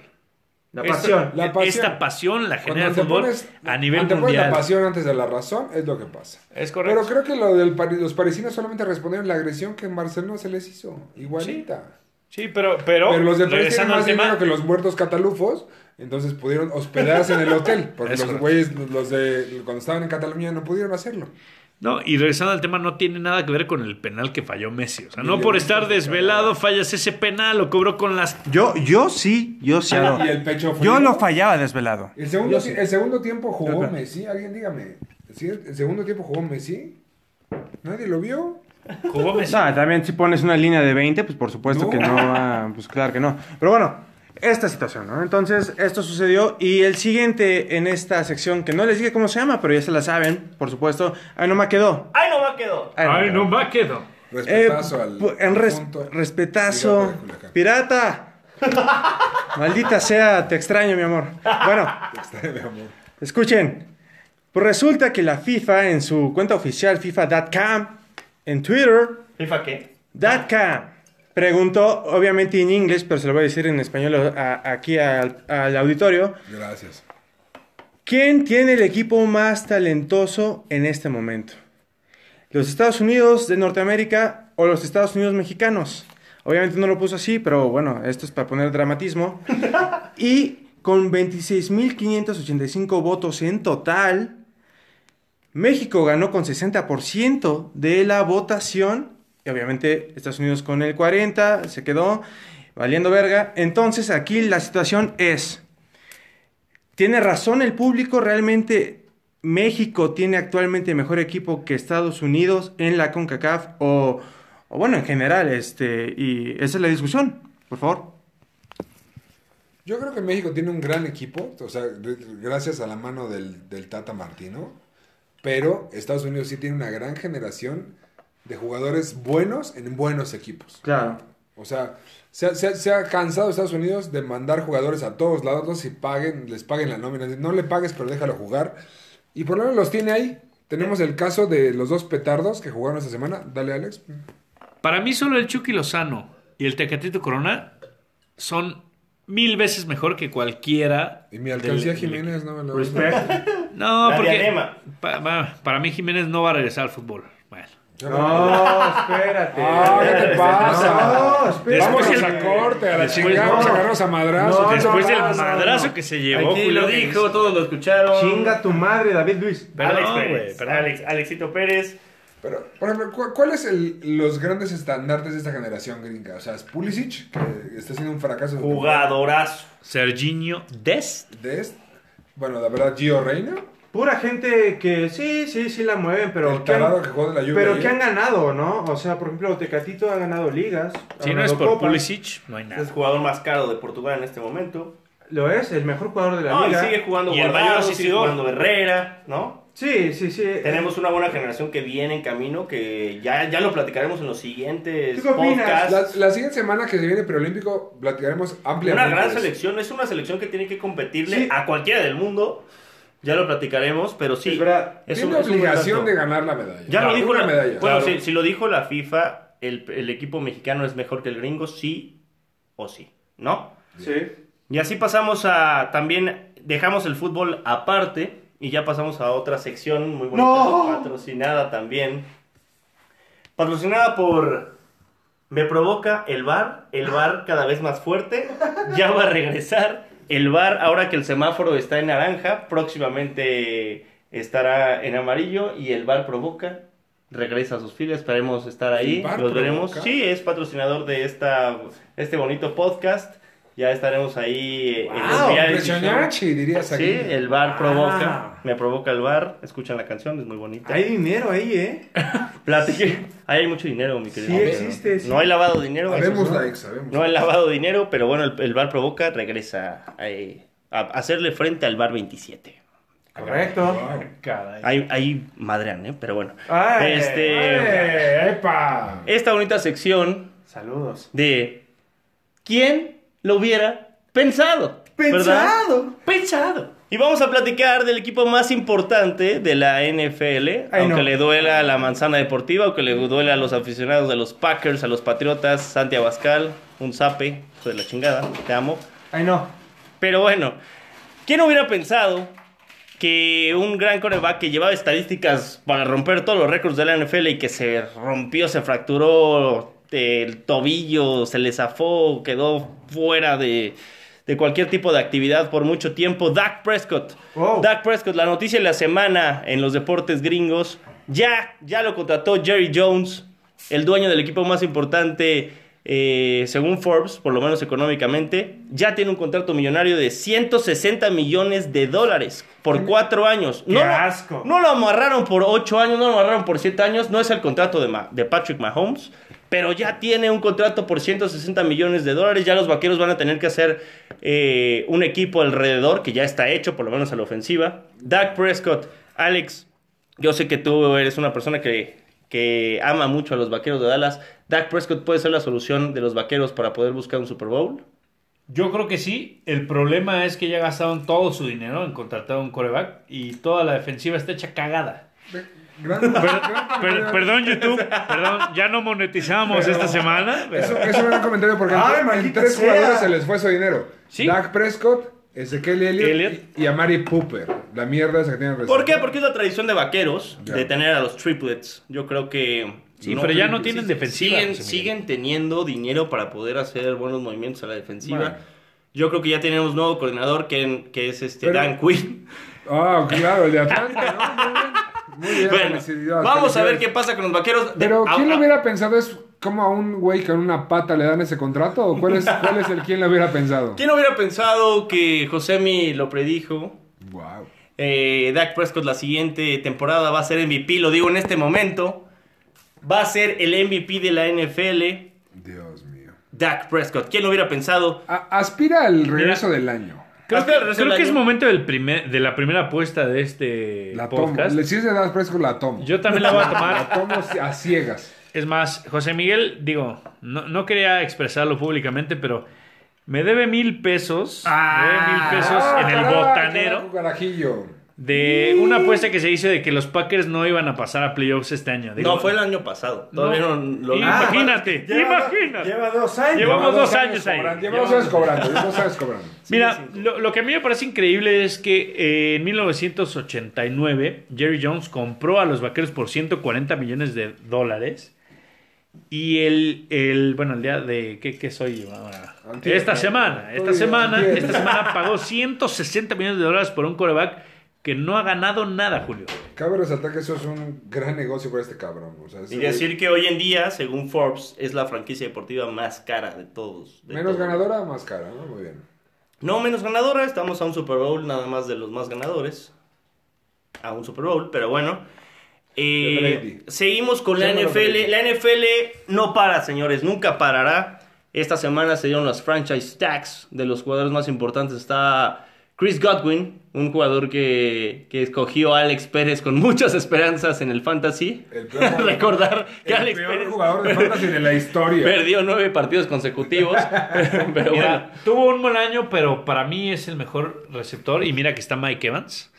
La
Esto- e-,
pasión.
la pasión.
Esta pasión la
Cuando
genera el
te
fútbol
pones-
a nivel
cuando te pones
mundial.
la pasión antes de la razón, es lo que pasa.
Es correcto.
Pero creo que lo del Pari- los parisinos solamente respondieron la agresión que en Barcelona se les hizo. Igualita.
Sí, pero, pero,
Pero los de París tienen
regresando al
más
tema,
dinero que los muertos catalufos, entonces pudieron hospedarse en el hotel. Porque
Es
los
correcto.
güeyes, los de cuando estaban en Cataluña no pudieron hacerlo.
no, y regresando al tema, no tiene nada que ver con el penal que falló Messi. O sea,
Ni
no
le
por
gusta
estar
esa
desvelado
cagada.
fallas ese penal, lo cobró con las.
Yo, yo sí, yo sí. lo-
Ah, Y el pecho frío.
yo lo fallaba desvelado.
El segundo,
Yo sí.
ti- el segundo tiempo jugó
Ajá.
Messi, alguien dígame. ¿sí? ¿El segundo tiempo jugó Messi? ¿Nadie lo vio?
Jugó Messi.
No, también si pones una línea de 20, pues por supuesto
No.
que no va, pues claro que no. Pero bueno, esta situación, ¿no? Entonces, esto sucedió y el siguiente en esta sección, que no les dije cómo se llama, pero ya se la saben, por supuesto, ahí nomás quedó.
¡Ay, no va quedó!
Ahí nomás quedó.
va quedó.
Respetazo
Eh,
al.
pu- En res-
punto.
respetazo.
Pirata de Culiacán.
Pirata. Maldita sea, te extraño, mi amor. Bueno,
Está de amor.
escuchen. Pues resulta que la FIFA en su cuenta oficial FIFA.com, en Twitter,
¿FIFA qué?
.com, preguntó, obviamente en inglés, pero se lo voy a decir en español a- aquí al- al auditorio.
Gracias.
¿Quién tiene el equipo más talentoso en este momento? ¿Los Estados Unidos de Norteamérica o los Estados Unidos mexicanos? Obviamente no lo puso así, pero bueno, esto es para poner dramatismo. Y con 26.585 votos en total, México ganó con 60% de la votación. Y obviamente Estados Unidos con el 40%, se quedó valiendo verga. Entonces aquí la situación es... Tiene razón el público, realmente México tiene actualmente mejor equipo que Estados Unidos en la CONCACAF o, o bueno, en general, este, y esa es la discusión, por favor.
Yo creo que México tiene un gran equipo, o sea, de- gracias a la mano del, del Tata Martino, pero Estados Unidos sí tiene una gran generación de jugadores buenos en buenos equipos.
Claro.
O sea, se ha, se ha- se ha cansado Estados Unidos de mandar jugadores a todos lados y paguen, les paguen la nómina. No le pagues, pero déjalo jugar. Y por lo menos los tiene ahí. Tenemos el caso de los dos petardos que jugaron esta semana. Dale, Alex.
Para mí, solo el Chucky Lozano y el Tecatito Corona son mil veces mejor que cualquiera.
Y mi alcancía
del- del
Jiménez no me lo
equipo. No,
La
porque.
diadema.
pa- pa- para mí, Jiménez no va a regresar al fútbol. Bueno.
No, espérate.
Ah, ¿qué te pasa?
No, espérate.
Vamos
Después
a
el-
la corte, a la
después
chingada, vamos a
no.
agarrarnos a madrazos.
No,
Después
no,
del
no, no,
madrazo
no.
que se llevó,
Aquí lo
Jiménez.
dijo, todos lo escucharon.
Chinga tu madre, David Luis.
Alex
Perdón, güey,
Pérez.
perdón.
Alex, Alexito Pérez.
Pero, por ejemplo, ¿cu- ¿cuáles son los grandes estandartes de esta generación gringa? O sea, es Pulisic, que está haciendo un fracaso.
Jugadorazo.
Serginho Dest.
Dest. Bueno, la verdad, Gio Reina.
Pura gente que sí, sí, sí la mueven, pero,
el
que
tarado
han,
que jugó de la lluvia.
pero que han ganado, ¿no? O sea, por ejemplo, Tecatito ha ganado ligas.
Si
ha
no es
ganado
por
copas.
Pulisic, no hay
Es el
nada.
jugador más caro de Portugal en este momento.
Lo es, el mejor jugador de la
No, y
liga.
sigue jugando
Y el
Guardado,
mayor
sigue
asistidor.
jugando Herrera, ¿no?
Sí, sí, sí.
Tenemos una buena generación que viene en camino, que ya, ya lo platicaremos en los siguientes
¿Tú qué opinas?
podcasts.
La, la siguiente semana que se viene preolímpico platicaremos
Una
ampliamente.
gran
de eso.
selección, es una selección que tiene que competirle
Sí.
a cualquiera del mundo. Ya lo platicaremos, pero sí.
Es verdad.
es
Tiene
un- es un buen
obligación
dato.
de ganar la medalla.
Ya lo
Claro,
dijo
una
la
medalla.
Bueno,
Claro.
si, si lo dijo la FIFA, el, el equipo mexicano es mejor que el gringo, sí o sí, ¿no?
Sí.
Y así pasamos a también dejamos el fútbol aparte y ya pasamos a otra sección muy bonita,
¡No!
patrocinada también. Patrocinada por Me provoca el bar, el bar cada vez más fuerte, ya va a regresar el bar ahora que el semáforo está en naranja, próximamente estará en amarillo y el bar provoca regresa a sus filas. Esperemos estar ahí.
Bar
Los veremos.
Provoca.
Sí, es patrocinador de esta, este bonito podcast. Ya estaremos ahí eh, en los
¡Wow!
reality show.
Ah, Impresionante, dirías aquí.
Sí, el bar
Ah.
provoca. Me provoca el bar. Escuchan la canción, es muy bonita.
Hay dinero ahí, ¿eh?
Platique. Ahí hay mucho dinero, mi querido.
Sí
Pero
existe, sí.
No hay lavado de dinero.
Sabemos
eso no.
la ex, sabemos.
No he lavado dinero, pero bueno, el, el bar provoca, regresa eh, a, hacerle frente al bar 27.
Correcto.
Wow.
Caray.
Ahí, ahí madrean, ¿eh? Pero bueno.
Ay,
este,
Eh, ¡Epa!
esta bonita sección
Saludos.
de ¿Quién lo hubiera pensado?
Pensado.
¿Verdad? Pensado. Y vamos a platicar del equipo más importante de la NFL,
Ay,
aunque
no.
le duela a la manzana deportiva, aunque le duela a los aficionados de los Packers, a los Patriotas, Santi Abascal, un zape, hijo de la chingada, te amo.
Ay, no.
Pero bueno, ¿quién hubiera pensado que un gran cornerback que llevaba estadísticas para romper todos los récords de la NFL y que se rompió, se fracturó el tobillo, se le zafó, quedó fuera de, de cualquier tipo de actividad por mucho tiempo? Dak Prescott.
Wow.
Dak Prescott, la noticia de la semana en los deportes gringos. Ya, ya lo contrató Jerry Jones, el dueño del equipo más importante, eh, según Forbes, por lo menos económicamente. Ya tiene un contrato millonario de 160 millones de dólares por cuatro años.
¡Qué
no, lo-
asco!
No lo amarraron por ocho años, no lo amarraron por siete años. No es el contrato de, Ma- de Patrick Mahomes. Pero ya tiene un contrato por 160 millones de dólares. Ya los vaqueros van a tener que hacer eh, un equipo alrededor que ya está hecho, por lo menos a la ofensiva. Dak Prescott, Alex, yo sé que tú eres una persona que, que ama mucho a los vaqueros de Dallas. Dak Prescott puede ser la solución de los vaqueros para poder buscar un Super Bowl.
Yo creo que sí. El problema es que ya gastaron todo su dinero en contratar a un coreback y toda la defensiva está hecha cagada.
Gran- gran comentario.
Per- perdón, YouTube. Perdón, ya no monetizamos esta semana.
Es un, es un gran comentario porque en
Ay,
tres- en,
maldita
tres
sea.
jugadores se les fue su dinero.
Sí.
Dak Prescott, Ezequiel Elliott,
Elliott.
y, y Amari Pooper. La mierda esa que tienen
¿Por qué?
reserva.
Porque es la tradición de vaqueros
Pues, Ya.
de tener a los triplets. Yo creo que.
Sí, pero ya no tienen defensiva,
Siguen,
José Miguel.
siguen teniendo dinero para poder hacer buenos movimientos a la defensiva.
Bueno.
Yo creo que ya tenemos nuevo coordinador que, que es este
Pero-
Dan Quinn.
Ah, claro, el de Atlanta, ¿no? Muy bien. Muy bien,
Bueno,
felicidades,
vamos a ver
felicidades.
qué pasa con los vaqueros. De-
Pero,
Ah,
a-
¿quién
a-
lo hubiera pensado? ¿Es como a un güey con una pata le dan ese contrato? ¿O cuál es, cuál es el quién lo hubiera pensado?
¿Quién hubiera pensado que Josemi lo predijo?
Wow.
Eh, Dak Prescott la siguiente temporada va a ser MVP, lo digo en este momento. Va a ser el MVP de la NFL,
Dios mío.
Dak Prescott. ¿Quién lo hubiera pensado?
A- aspira al regreso del año.
Creo
Hasta el
que,
resto
creo
del
que es
año.
momento del primer, de la primera apuesta de este
La tomo.
podcast.
Le- Si es de Dak Prescott, la tomo.
Yo también la voy a
La
tomar.
tomo a ciegas.
Es más, José Miguel, digo, no, no quería expresarlo públicamente, pero me debe mil pesos. me debe mil pesos
Ah,
en el
caray,
botanero.
Carajillo.
De una apuesta que se hizo de que los Packers no iban a pasar a playoffs este año. Digo,
no, fue el año pasado.
no.
Todavía no, lo-
Imagínate, imagínate.
Lleva dos años.
Llevamos
Lleva
dos años ahí.
cobrando, Lleva dos años cobrando. Lleva dos años cobrando.
Mira, lo, lo que a mí me parece increíble es que eh, en 1989 Jerry Jones compró a los vaqueros por 140 millones de dólares. Y el, el bueno, el día de. ¿Qué, qué soy yo ahora?
Antier,
Esta
¿no?
semana, esta
Antier,
semana,
antier.
esta semana pagó 160 millones de dólares por un coreback que no ha ganado nada, Julio.
Cabe resaltar que eso es un gran negocio para este cabrón. O sea, ese
Y
güey-
decir que hoy en día, según Forbes, es la franquicia deportiva más cara de todos. de
Menos
todos.
ganadora, más cara, ¿no? Muy bien.
No menos ganadora, estamos a un Super Bowl nada más de los más ganadores. A un Super Bowl, pero bueno. Eh,
De Brady.
seguimos con la
Yo no lo
NFL.
creo.
La NFL no para, señores, nunca parará. Esta semana se dieron las franchise tags de los jugadores más importantes. Está Chris Godwin, un jugador que, que escogió a Alex Pérez con muchas esperanzas en el fantasy.
El peor-
Recordar que
El
Alex
peor
Pérez
jugador de fantasy de la historia.
perdió nueve partidos consecutivos. pero bueno.
Mira, tuvo un buen año, pero para mí es el mejor receptor. Y mira que está Mike Evans.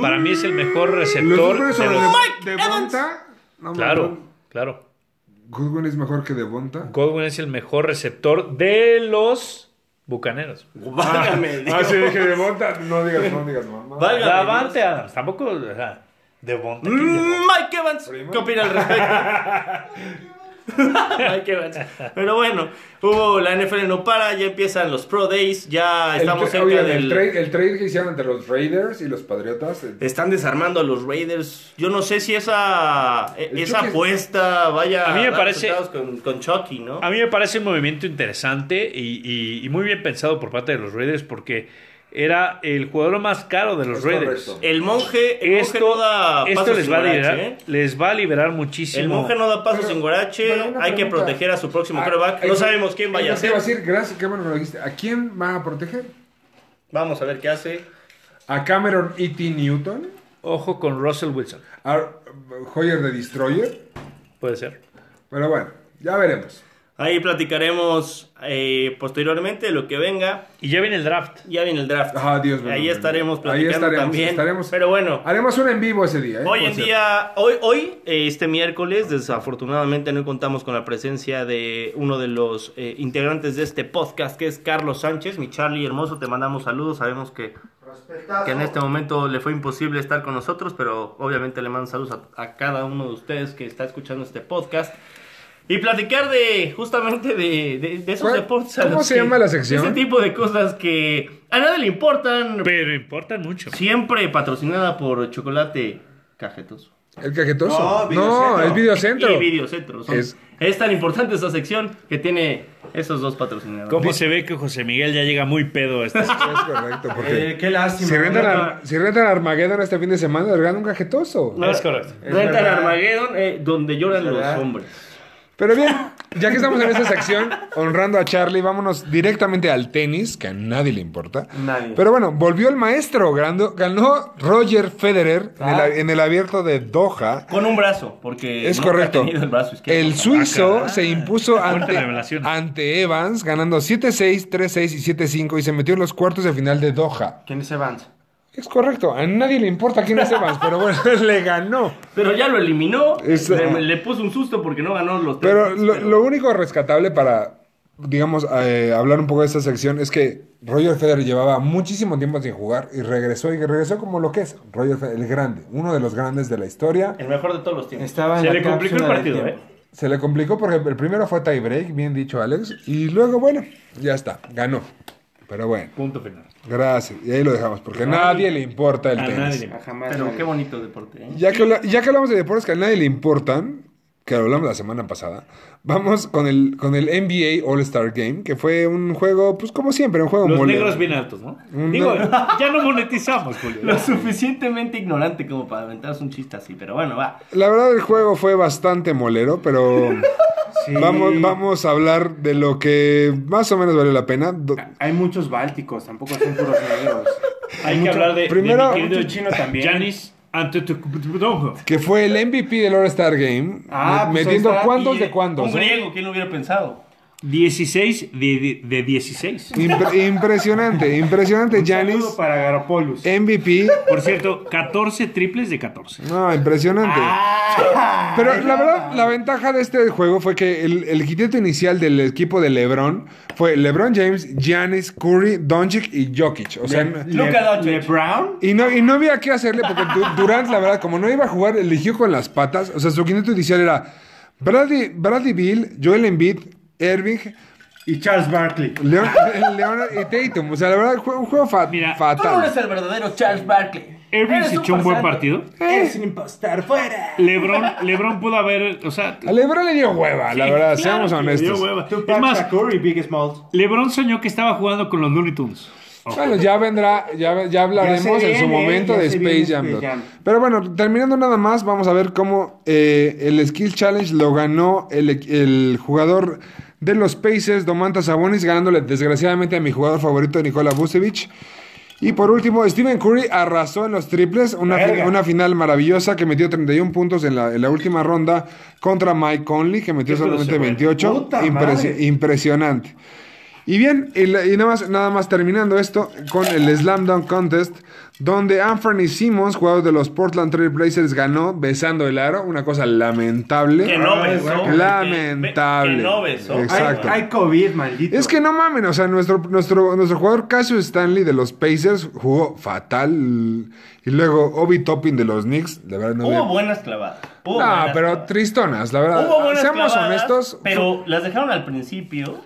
Para mí es el mejor
Los
receptor.
números
de
sobre
los-
de,
Mike
Devonta. no,
Claro,
mamón.
claro.
Goodwin es mejor que Devonta.
Godwin es el mejor receptor de los bucaneros.
Válgame, Dios.
Ah, sí, dije Devonta. No digas, no digas, mamá.
Válgame
Davante Adams, tampoco. O sea, Devonta,
Dios.
Mm. ¿quién Devonta?
Mike Evans, ¿qué opina al respecto? Ay, qué gacho. Pero bueno, hubo la NFL no para, ya empiezan los Pro Days, ya estamos
el,
cerca
oigan,
del...
el, trade, el trade que hicieron entre los Raiders y los Patriotas. eh,
Están desarmando a los Raiders. Yo no sé si esa, e-
El
esa
Chucky-
apuesta vaya
A mí me
dar
parece-
resultados con, con Chucky, ¿no?
A mí me parece un movimiento interesante y, y- y muy bien pensado por parte de los Raiders porque era el jugador más caro de los
Es
Raiders.
correcto.
El monje, el monje
Esto,
no da
esto
pasos
les,
sin
va a
guarache,
liberar,
¿eh?
les va a liberar muchísimo.
El monje no da pasos
Pero-
sin guarache,
pero
hay
una
que
pregunta.
proteger a su próximo
Ah,
quarterback. No
eso-
sabemos quién vaya a
eso te iba
ser.
a decir, gracias, qué bueno que lo dijiste. ¿A quién va a proteger?
Vamos a ver qué hace.
¿A Cameron E.T. Newton?
Ojo con Russell Wilson.
¿A Hoyer de Destroyer?
Puede ser.
Pero bueno, ya veremos.
Ahí platicaremos eh, posteriormente lo que venga.
Y ya viene el draft.
Ya viene el draft.
Ajá, Ah, Dios mío.
Ahí estaremos platicando
Ahí estaremos,
también.
estaremos.
Pero bueno,
Haremos un en vivo ese día. ¿eh?
Hoy
Por
en
cierto.
día, hoy, hoy, eh, este miércoles, desafortunadamente no contamos con la presencia de uno de los eh, integrantes de este podcast, que es Carlos Sánchez. Mi Charlie hermoso, te mandamos saludos. Sabemos que, que en este momento le fue imposible estar con nosotros, pero obviamente le mando saludos a, a cada uno de ustedes que está escuchando este podcast. Y platicar de, justamente, de, de- de esos
¿Cuál-
deportes. a
cómo
los
se
que-
llama la sección?
Ese tipo de cosas que a nadie le importan,
Pero importa mucho.
Siempre patrocinada por Chocolate Cajetoso.
¿El cajetoso?
No,
No,
videocentro.
es videocentro.
Y Videocentro. son-
Es-
Es... tan importante esa sección que tiene esos dos patrocinadores.
¿Cómo se ve que José Miguel ya llega muy pedo este a esta
Es correcto, porque...
Eh, qué lástima.
Si rentan,
¿no?
Ar- si rentan Armageddon este fin de semana, regalan un cajetoso.
No,
Es correcto.
Rentan
verdad.
Armageddon eh, donde lloran
Es
los
verdad.
hombres.
Pero bien, ya que estamos en esta sección, honrando a Charlie, vámonos directamente al tenis, que a nadie le importa.
Nadie.
Pero bueno, volvió el maestro, ganó, ganó Roger Federer en
Ah.
el a- en, el, abierto de Doha.
Con un brazo, porque
Es
nunca eh, ha
correcto.
tenido el brazo izquierdo.
El suizo
Ah,
se impuso
fuerte
ante,
revelación.
ante Evans, ganando 7-6, 3-6 y 7-5, y se metió en los cuartos de final de Doha.
¿Quién es Evans?
Es correcto, a nadie le importa quién es Evans, pero bueno, le ganó.
Pero ya lo eliminó.
Eso.
Le, le puso un susto porque no ganó los tres.
Pero lo, lo único rescatable para, digamos, eh, hablar un poco de esta sección es que Roger Federer llevaba muchísimo tiempo sin jugar y regresó y regresó como lo que es Roger Federer, el grande, uno de los grandes de la historia.
El mejor de todos los tiempos.
Estaba en
Se
la
le complicó el
cápsula del
partido, ¿eh?
tiempo.
Se le complicó porque el primero fue tiebreak, bien dicho Alex, y luego, bueno, ya está, ganó. Pero bueno,
Punto final.
gracias. Y ahí lo dejamos, porque a nadie le importa el
A
tenis.
nadie le importa.
Ah, jamás.
Pero
nadie.
qué bonito deporte. ¿eh?
Ya que, habla- ya que hablamos de deportes que a nadie le importan, que lo hablamos la semana pasada, vamos con el, con el NBA All-Star Game, que fue un juego, pues como siempre, un juego
Los
mole.
negros bien altos, ¿no?
No.
Digo, ya no monetizamos, Julio.
Lo suficientemente ignorante como para aventarse un chiste así. Pero bueno, va.
La verdad, el juego fue bastante molero, pero
Sí.
vamos, vamos a hablar de lo que más o menos vale la pena. Do-
Hay muchos bálticos, tampoco son puros negros.
Hay que hablar de,
primero-
de mi querido
mucho chino también.
Giannis Antetokounmpo.
Que fue el MVP del All-Star Game.
Ah,
me-
pues ahí
metiendo
está.
cuántos
Y,
de cuántos.
Un
¿eh?
griego, ¿quién lo hubiera pensado?
16 de, de, de 16.
Impre- impresionante, impresionante, Giannis.
Saludo para Garopolus.
MVP.
Por cierto, 14 triples de 14.
No, impresionante.
Ah.
Pero la verdad, la ventaja de este juego fue que el, el quinteto inicial del equipo de LeBron fue LeBron James, Giannis, Curry, Doncic y Jokic. O sea, no-
Luka Doncic.
LeBron.
y no, y no había qué hacerle porque Du- Durant, la verdad, como no iba a jugar, eligió con las patas. O sea, su quinteto inicial era Bradley, Bradley Bill, Joel Embiid, Irving,
Y Charles Barkley.
Leon- Leonard y Tatum. O sea, la verdad, fue un juego fa-
Mira,
Tú no
fatal.
eres el verdadero Charles Barkley.
Irving
Eres
se echó un buen
farsante.
partido.
Eh.
Es un impostor fuera.
Lebron, Lebron pudo haber. O sea,
A LeBron le dio hueva, la verdad,
claro
seamos
que le dio
honestos.
hueva.
Tupac
Es más,
Shakur y Big Smalls.
Lebron soñó que estaba jugando con los Looney Tunes.
Bueno, ya vendrá, ya, ya hablaremos
Ya se
en su
viene,
momento
ya
de
se
Space
viene
Jam.
Space
2.
Jam.
Pero bueno, terminando nada más, vamos a ver cómo eh, el Skill Challenge lo ganó el, el jugador de los Pacers, Domantas Sabonis, ganándole desgraciadamente a mi jugador favorito, Nikola Vucevic. Y por último, Stephen Curry arrasó en los triples, una, fi-
Verga.
una final maravillosa que metió 31 puntos en la, en la última ronda contra Mike Conley, que metió solamente 28.
Puta
Impresi-
madre.
impresionante. Y bien, y, la- y nada, más, nada más terminando esto con el Slam Dunk Contest, donde Anthony Simmons, jugador de los Portland Trail Blazers, ganó besando el aro, una cosa lamentable.
Que no besó.
Lamentable.
Que no besó.
Hay,
Exacto.
hay COVID, maldito.
Es que no mamen, o sea, nuestro, nuestro, nuestro jugador Cassius Stanley de los Pacers jugó fatal. Y luego Obi Toppin de los Knicks, la verdad no
Hubo
había-
buenas clavadas. Hubo
No,
buenas
pero
clavadas.
tristonas, la verdad.
Hubo buenas
Seamos
clavadas,
honestos.
Pero las dejaron al principio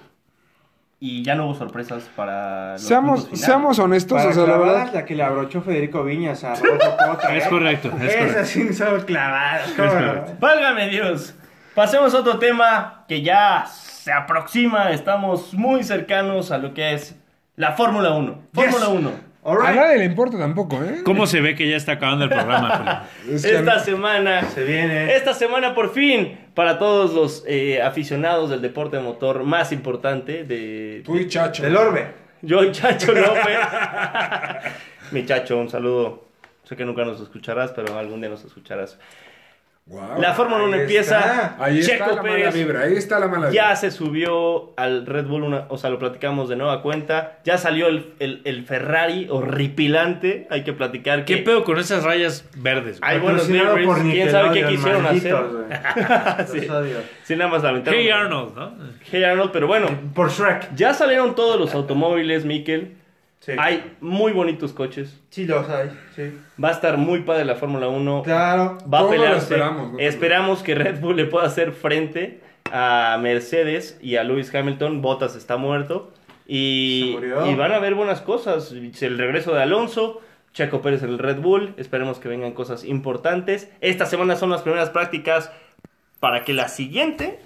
y ya no hubo sorpresas para los
Seamos,
puntos finales.
seamos honestos,
Para
o sea, la
clavadas,
verdad.
la que le abrochó Federico Viñas a Rodolfo Cota,
Es
¿eh?
correcto, es correcto.
Esas sí son clavadas, ¿cómo no?
Ah, Válgame Dios. Pasemos a otro tema que ya se aproxima. Estamos muy cercanos a lo que es la Fórmula 1. Fórmula 1.
All
A
right.
nadie le importa tampoco, ¿eh?
¿Cómo se ve que ya está acabando el programa,
Es que-
Esta semana
Se viene.
Esta semana por fin, para todos los eh, aficionados del deporte de motor más importante de
Tú y Chacho.
Del Orbe.
yo, el Chacho López. Mi Chacho, un saludo. Sé que nunca nos escucharás, pero algún día nos escucharás.
Guau.
La Fórmula 1
ahí
empieza.
está.
Ahí Ah, está
Checo
la mala
Pérez
vibra, ahí está la mala vibra.
ya se subió al Red Bull, una- o sea, lo platicamos de nueva cuenta. Ya salió el, el- el Ferrari horripilante. Hay que platicar
¿Qué
que-
pedo con esas rayas verdes? güey?
Hay buenos
Patrocinado
nervios.
por
¿Quién sabe qué
Nickelodeon,
quisieron hacer?
malditos, güey.
Sí.
Los odio.
Sí, nada más lamentable.
Hey Arnold, ¿no?
Hey Arnold, pero bueno.
Por Shrek.
Ya salieron todos los automóviles, Miquel.
Sí.
Hay muy bonitos coches.
Sí, los hay. Sí.
Va a estar muy padre la Fórmula 1.
Claro.
Va a
Todo lo
pelearse.
esperamos, ¿no?
Esperamos que Red Bull le pueda hacer frente a Mercedes y a Lewis Hamilton. Bottas está muerto.
Se
Y,
murió.
y van a ver buenas cosas. El regreso de Alonso, Checo Pérez en el Red Bull. Esperemos que vengan cosas importantes. Esta semana son las primeras prácticas para que la siguiente,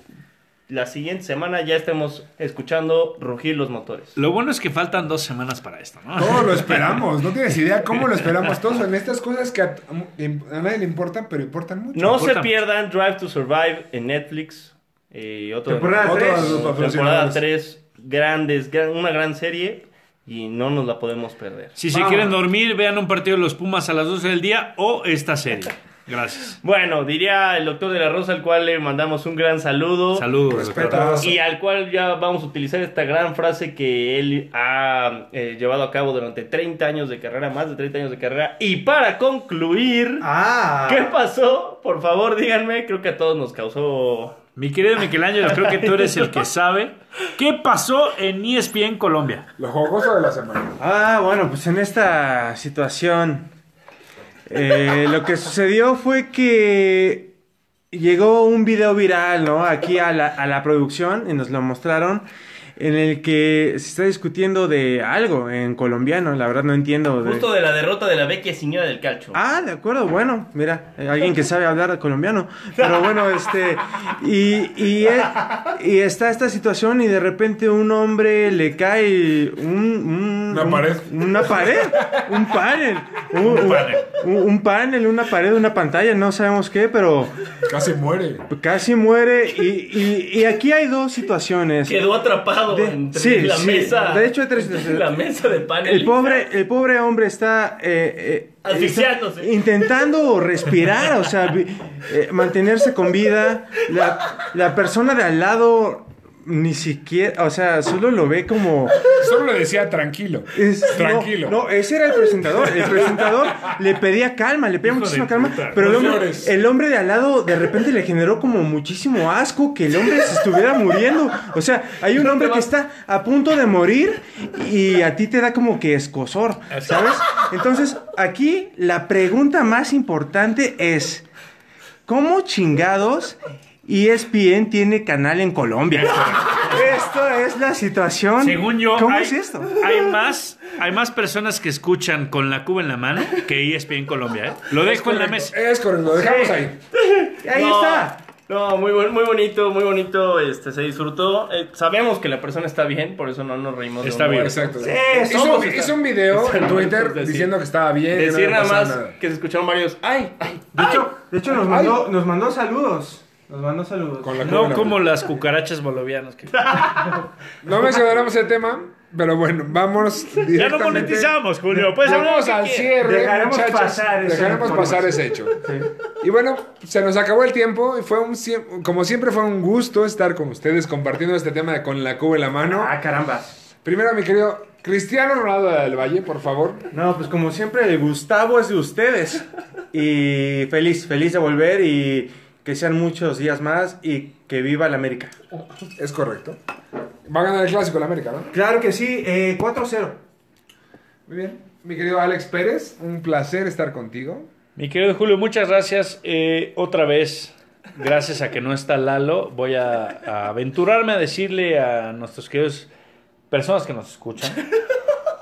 la siguiente semana ya estemos escuchando rugir los motores.
Lo bueno es que faltan dos semanas para esto, ¿no?
Oh,
Todo lo esperamos, no tienes idea cómo lo esperamos todos en estas cosas que a, a nadie le importan, pero importan mucho.
No se
Importante.
pierdan Drive to Survive en Netflix. eh, otro-
Temporada
otro-
tres.
temporada 3. Grandes, gran- una gran serie. Y no nos la podemos perder.
Si se
Vamos.
quieren dormir, vean un partido de los Pumas a las 12 del día o esta serie. Gracias.
Bueno, diría el doctor de la Rosa, al cual le mandamos un gran saludo.
Saludos.
Respetados.
Y al cual ya vamos a utilizar esta gran frase que él ha eh, llevado a cabo durante 30 años de carrera, más de 30 años de carrera. Y para concluir,
Ah.
¿qué pasó? Por favor, díganme. Creo que a todos nos causó
Mi querido Michelangelo, creo que tú eres el que sabe qué pasó en E ESPN Colombia.
Lo jugoso de la semana.
Ah, bueno, pues en esta situación eh, lo que sucedió fue que llegó un video viral, ¿no? Aquí a la, a la producción y nos lo mostraron en el que se está discutiendo de algo en colombiano, la verdad no entiendo. de-
Justo de la derrota de la vecchia señora del calcho.
Ah, de acuerdo, bueno, mira, eh, alguien que sabe hablar colombiano. Pero bueno, este. Y, y, eh, y está esta situación y de repente un hombre le cae un. un-
Una
un-
pared.
Una pared, un panel. Un, un- un- un panel, una pared, una pantalla, no sabemos qué, pero
Casi muere.
casi muere. Y, y- y aquí hay dos situaciones.
Quedó atrapado
De-
entre
sí,
la
sí.
mesa.
De hecho, hay tres-
entre la mesa de panel.
El pobre, el pobre hombre está eh, eh,
Asfixiándose.
está intentando respirar, o sea, vi- eh, mantenerse con vida. La, la persona de al lado ni siquiera, o sea, solo lo ve como.
Solo le decía tranquilo.
es- no,
tranquilo.
No, ese era el presentador. El presentador le pedía calma, le pedía muchísima calma. Pero el
no
hombre,
llores.
el hombre de al lado de repente le generó como muchísimo asco que el hombre se estuviera muriendo. O sea, hay un hombre que está a punto de morir y a ti te da como que escosor, ¿sabes? Entonces, aquí la pregunta más importante es: ¿Cómo chingados E ESPN tiene canal en Colombia? Esto es la situación.
Según yo,
¿cómo
hay,
es esto?
hay más, hay más personas que escuchan con la cuba en la mano que ESPN Colombia. ¿eh? Lo dejo en la mesa.
Es correcto, lo dejamos ahí.
Ahí
No,
está.
No, muy, buen- muy bonito, muy bonito. Este, se disfrutó. Eh, sabemos que la persona está bien, por eso no nos reímos. de
Está
un
bien.
muerto.
Exacto.
Sí,
hizo,
somos-
hizo un video en
Exacto,
Twitter
entonces, sí.
diciendo que estaba bien. y no
Decir
había
nada
pasado
más
nada.
que se escucharon varios. ¡Ay! ¡Ay!
De hecho, de hecho nos, mandó, nos mandó saludos. Nos mandó saludos.
Con la
No
cámara.
como las cucarachas bolivianas. que-
No mencionaremos el tema, pero bueno, vamos
Ya lo
directamente-
monetizamos, Julio. Pues
Vamos al cierre,
Dejaremos
muchachos.
pasar ese
Dejaremos
informe.
pasar ese hecho. Y bueno, se nos acabó el tiempo y fue un siem- como siempre fue un gusto estar con ustedes compartiendo este tema de con la cuba en la mano.
Ah, carambas.
Primero, mi querido Cristiano Ronaldo del Valle, por favor.
No, pues como siempre, el Gustavo es de ustedes. Y feliz, feliz de volver y que sean muchos días más y que viva la América.
Es correcto. Va a ganar el clásico el América, ¿no?
Claro que sí, eh, 4-0.
Muy bien. Mi querido Alex Pérez, un placer estar contigo.
Mi querido Julio, muchas gracias. eh, otra vez, gracias a que no está Lalo, voy a, a aventurarme a decirle a nuestros queridos personas que nos escuchan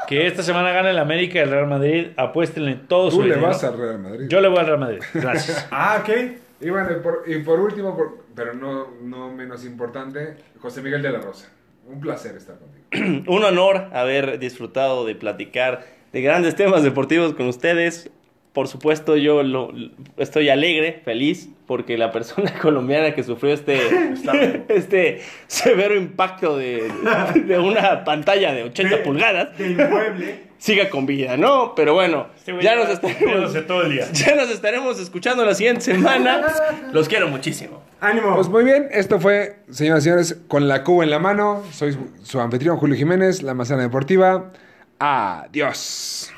que esta semana gana el América y el Real Madrid. Apuéstenle todo
Tú
su
le
dinero.
vas al Real Madrid.
Yo le voy al Real Madrid. Gracias.
Ah, ok.
Y bueno, y por, y por último, por- pero no, no menos importante, José Miguel de la Rosa. Un placer estar contigo.
Un honor haber disfrutado de platicar de grandes temas deportivos con ustedes. Por supuesto, yo lo, lo- estoy alegre, feliz, porque la persona colombiana que sufrió este, este severo impacto de, de una pantalla de 80 pulgadas
De inmueble.
siga con vida, ¿no? Pero bueno,
Este güey
ya
lleva
nos estaremos,
peleándose todo el día.
ya nos estaremos escuchando la siguiente semana. Los quiero muchísimo.
Ánimo.
Pues muy bien, esto fue, señoras y señores, con la cuba en la mano. Soy su, su anfitrión Julio Jiménez, la manzana deportiva. Adiós.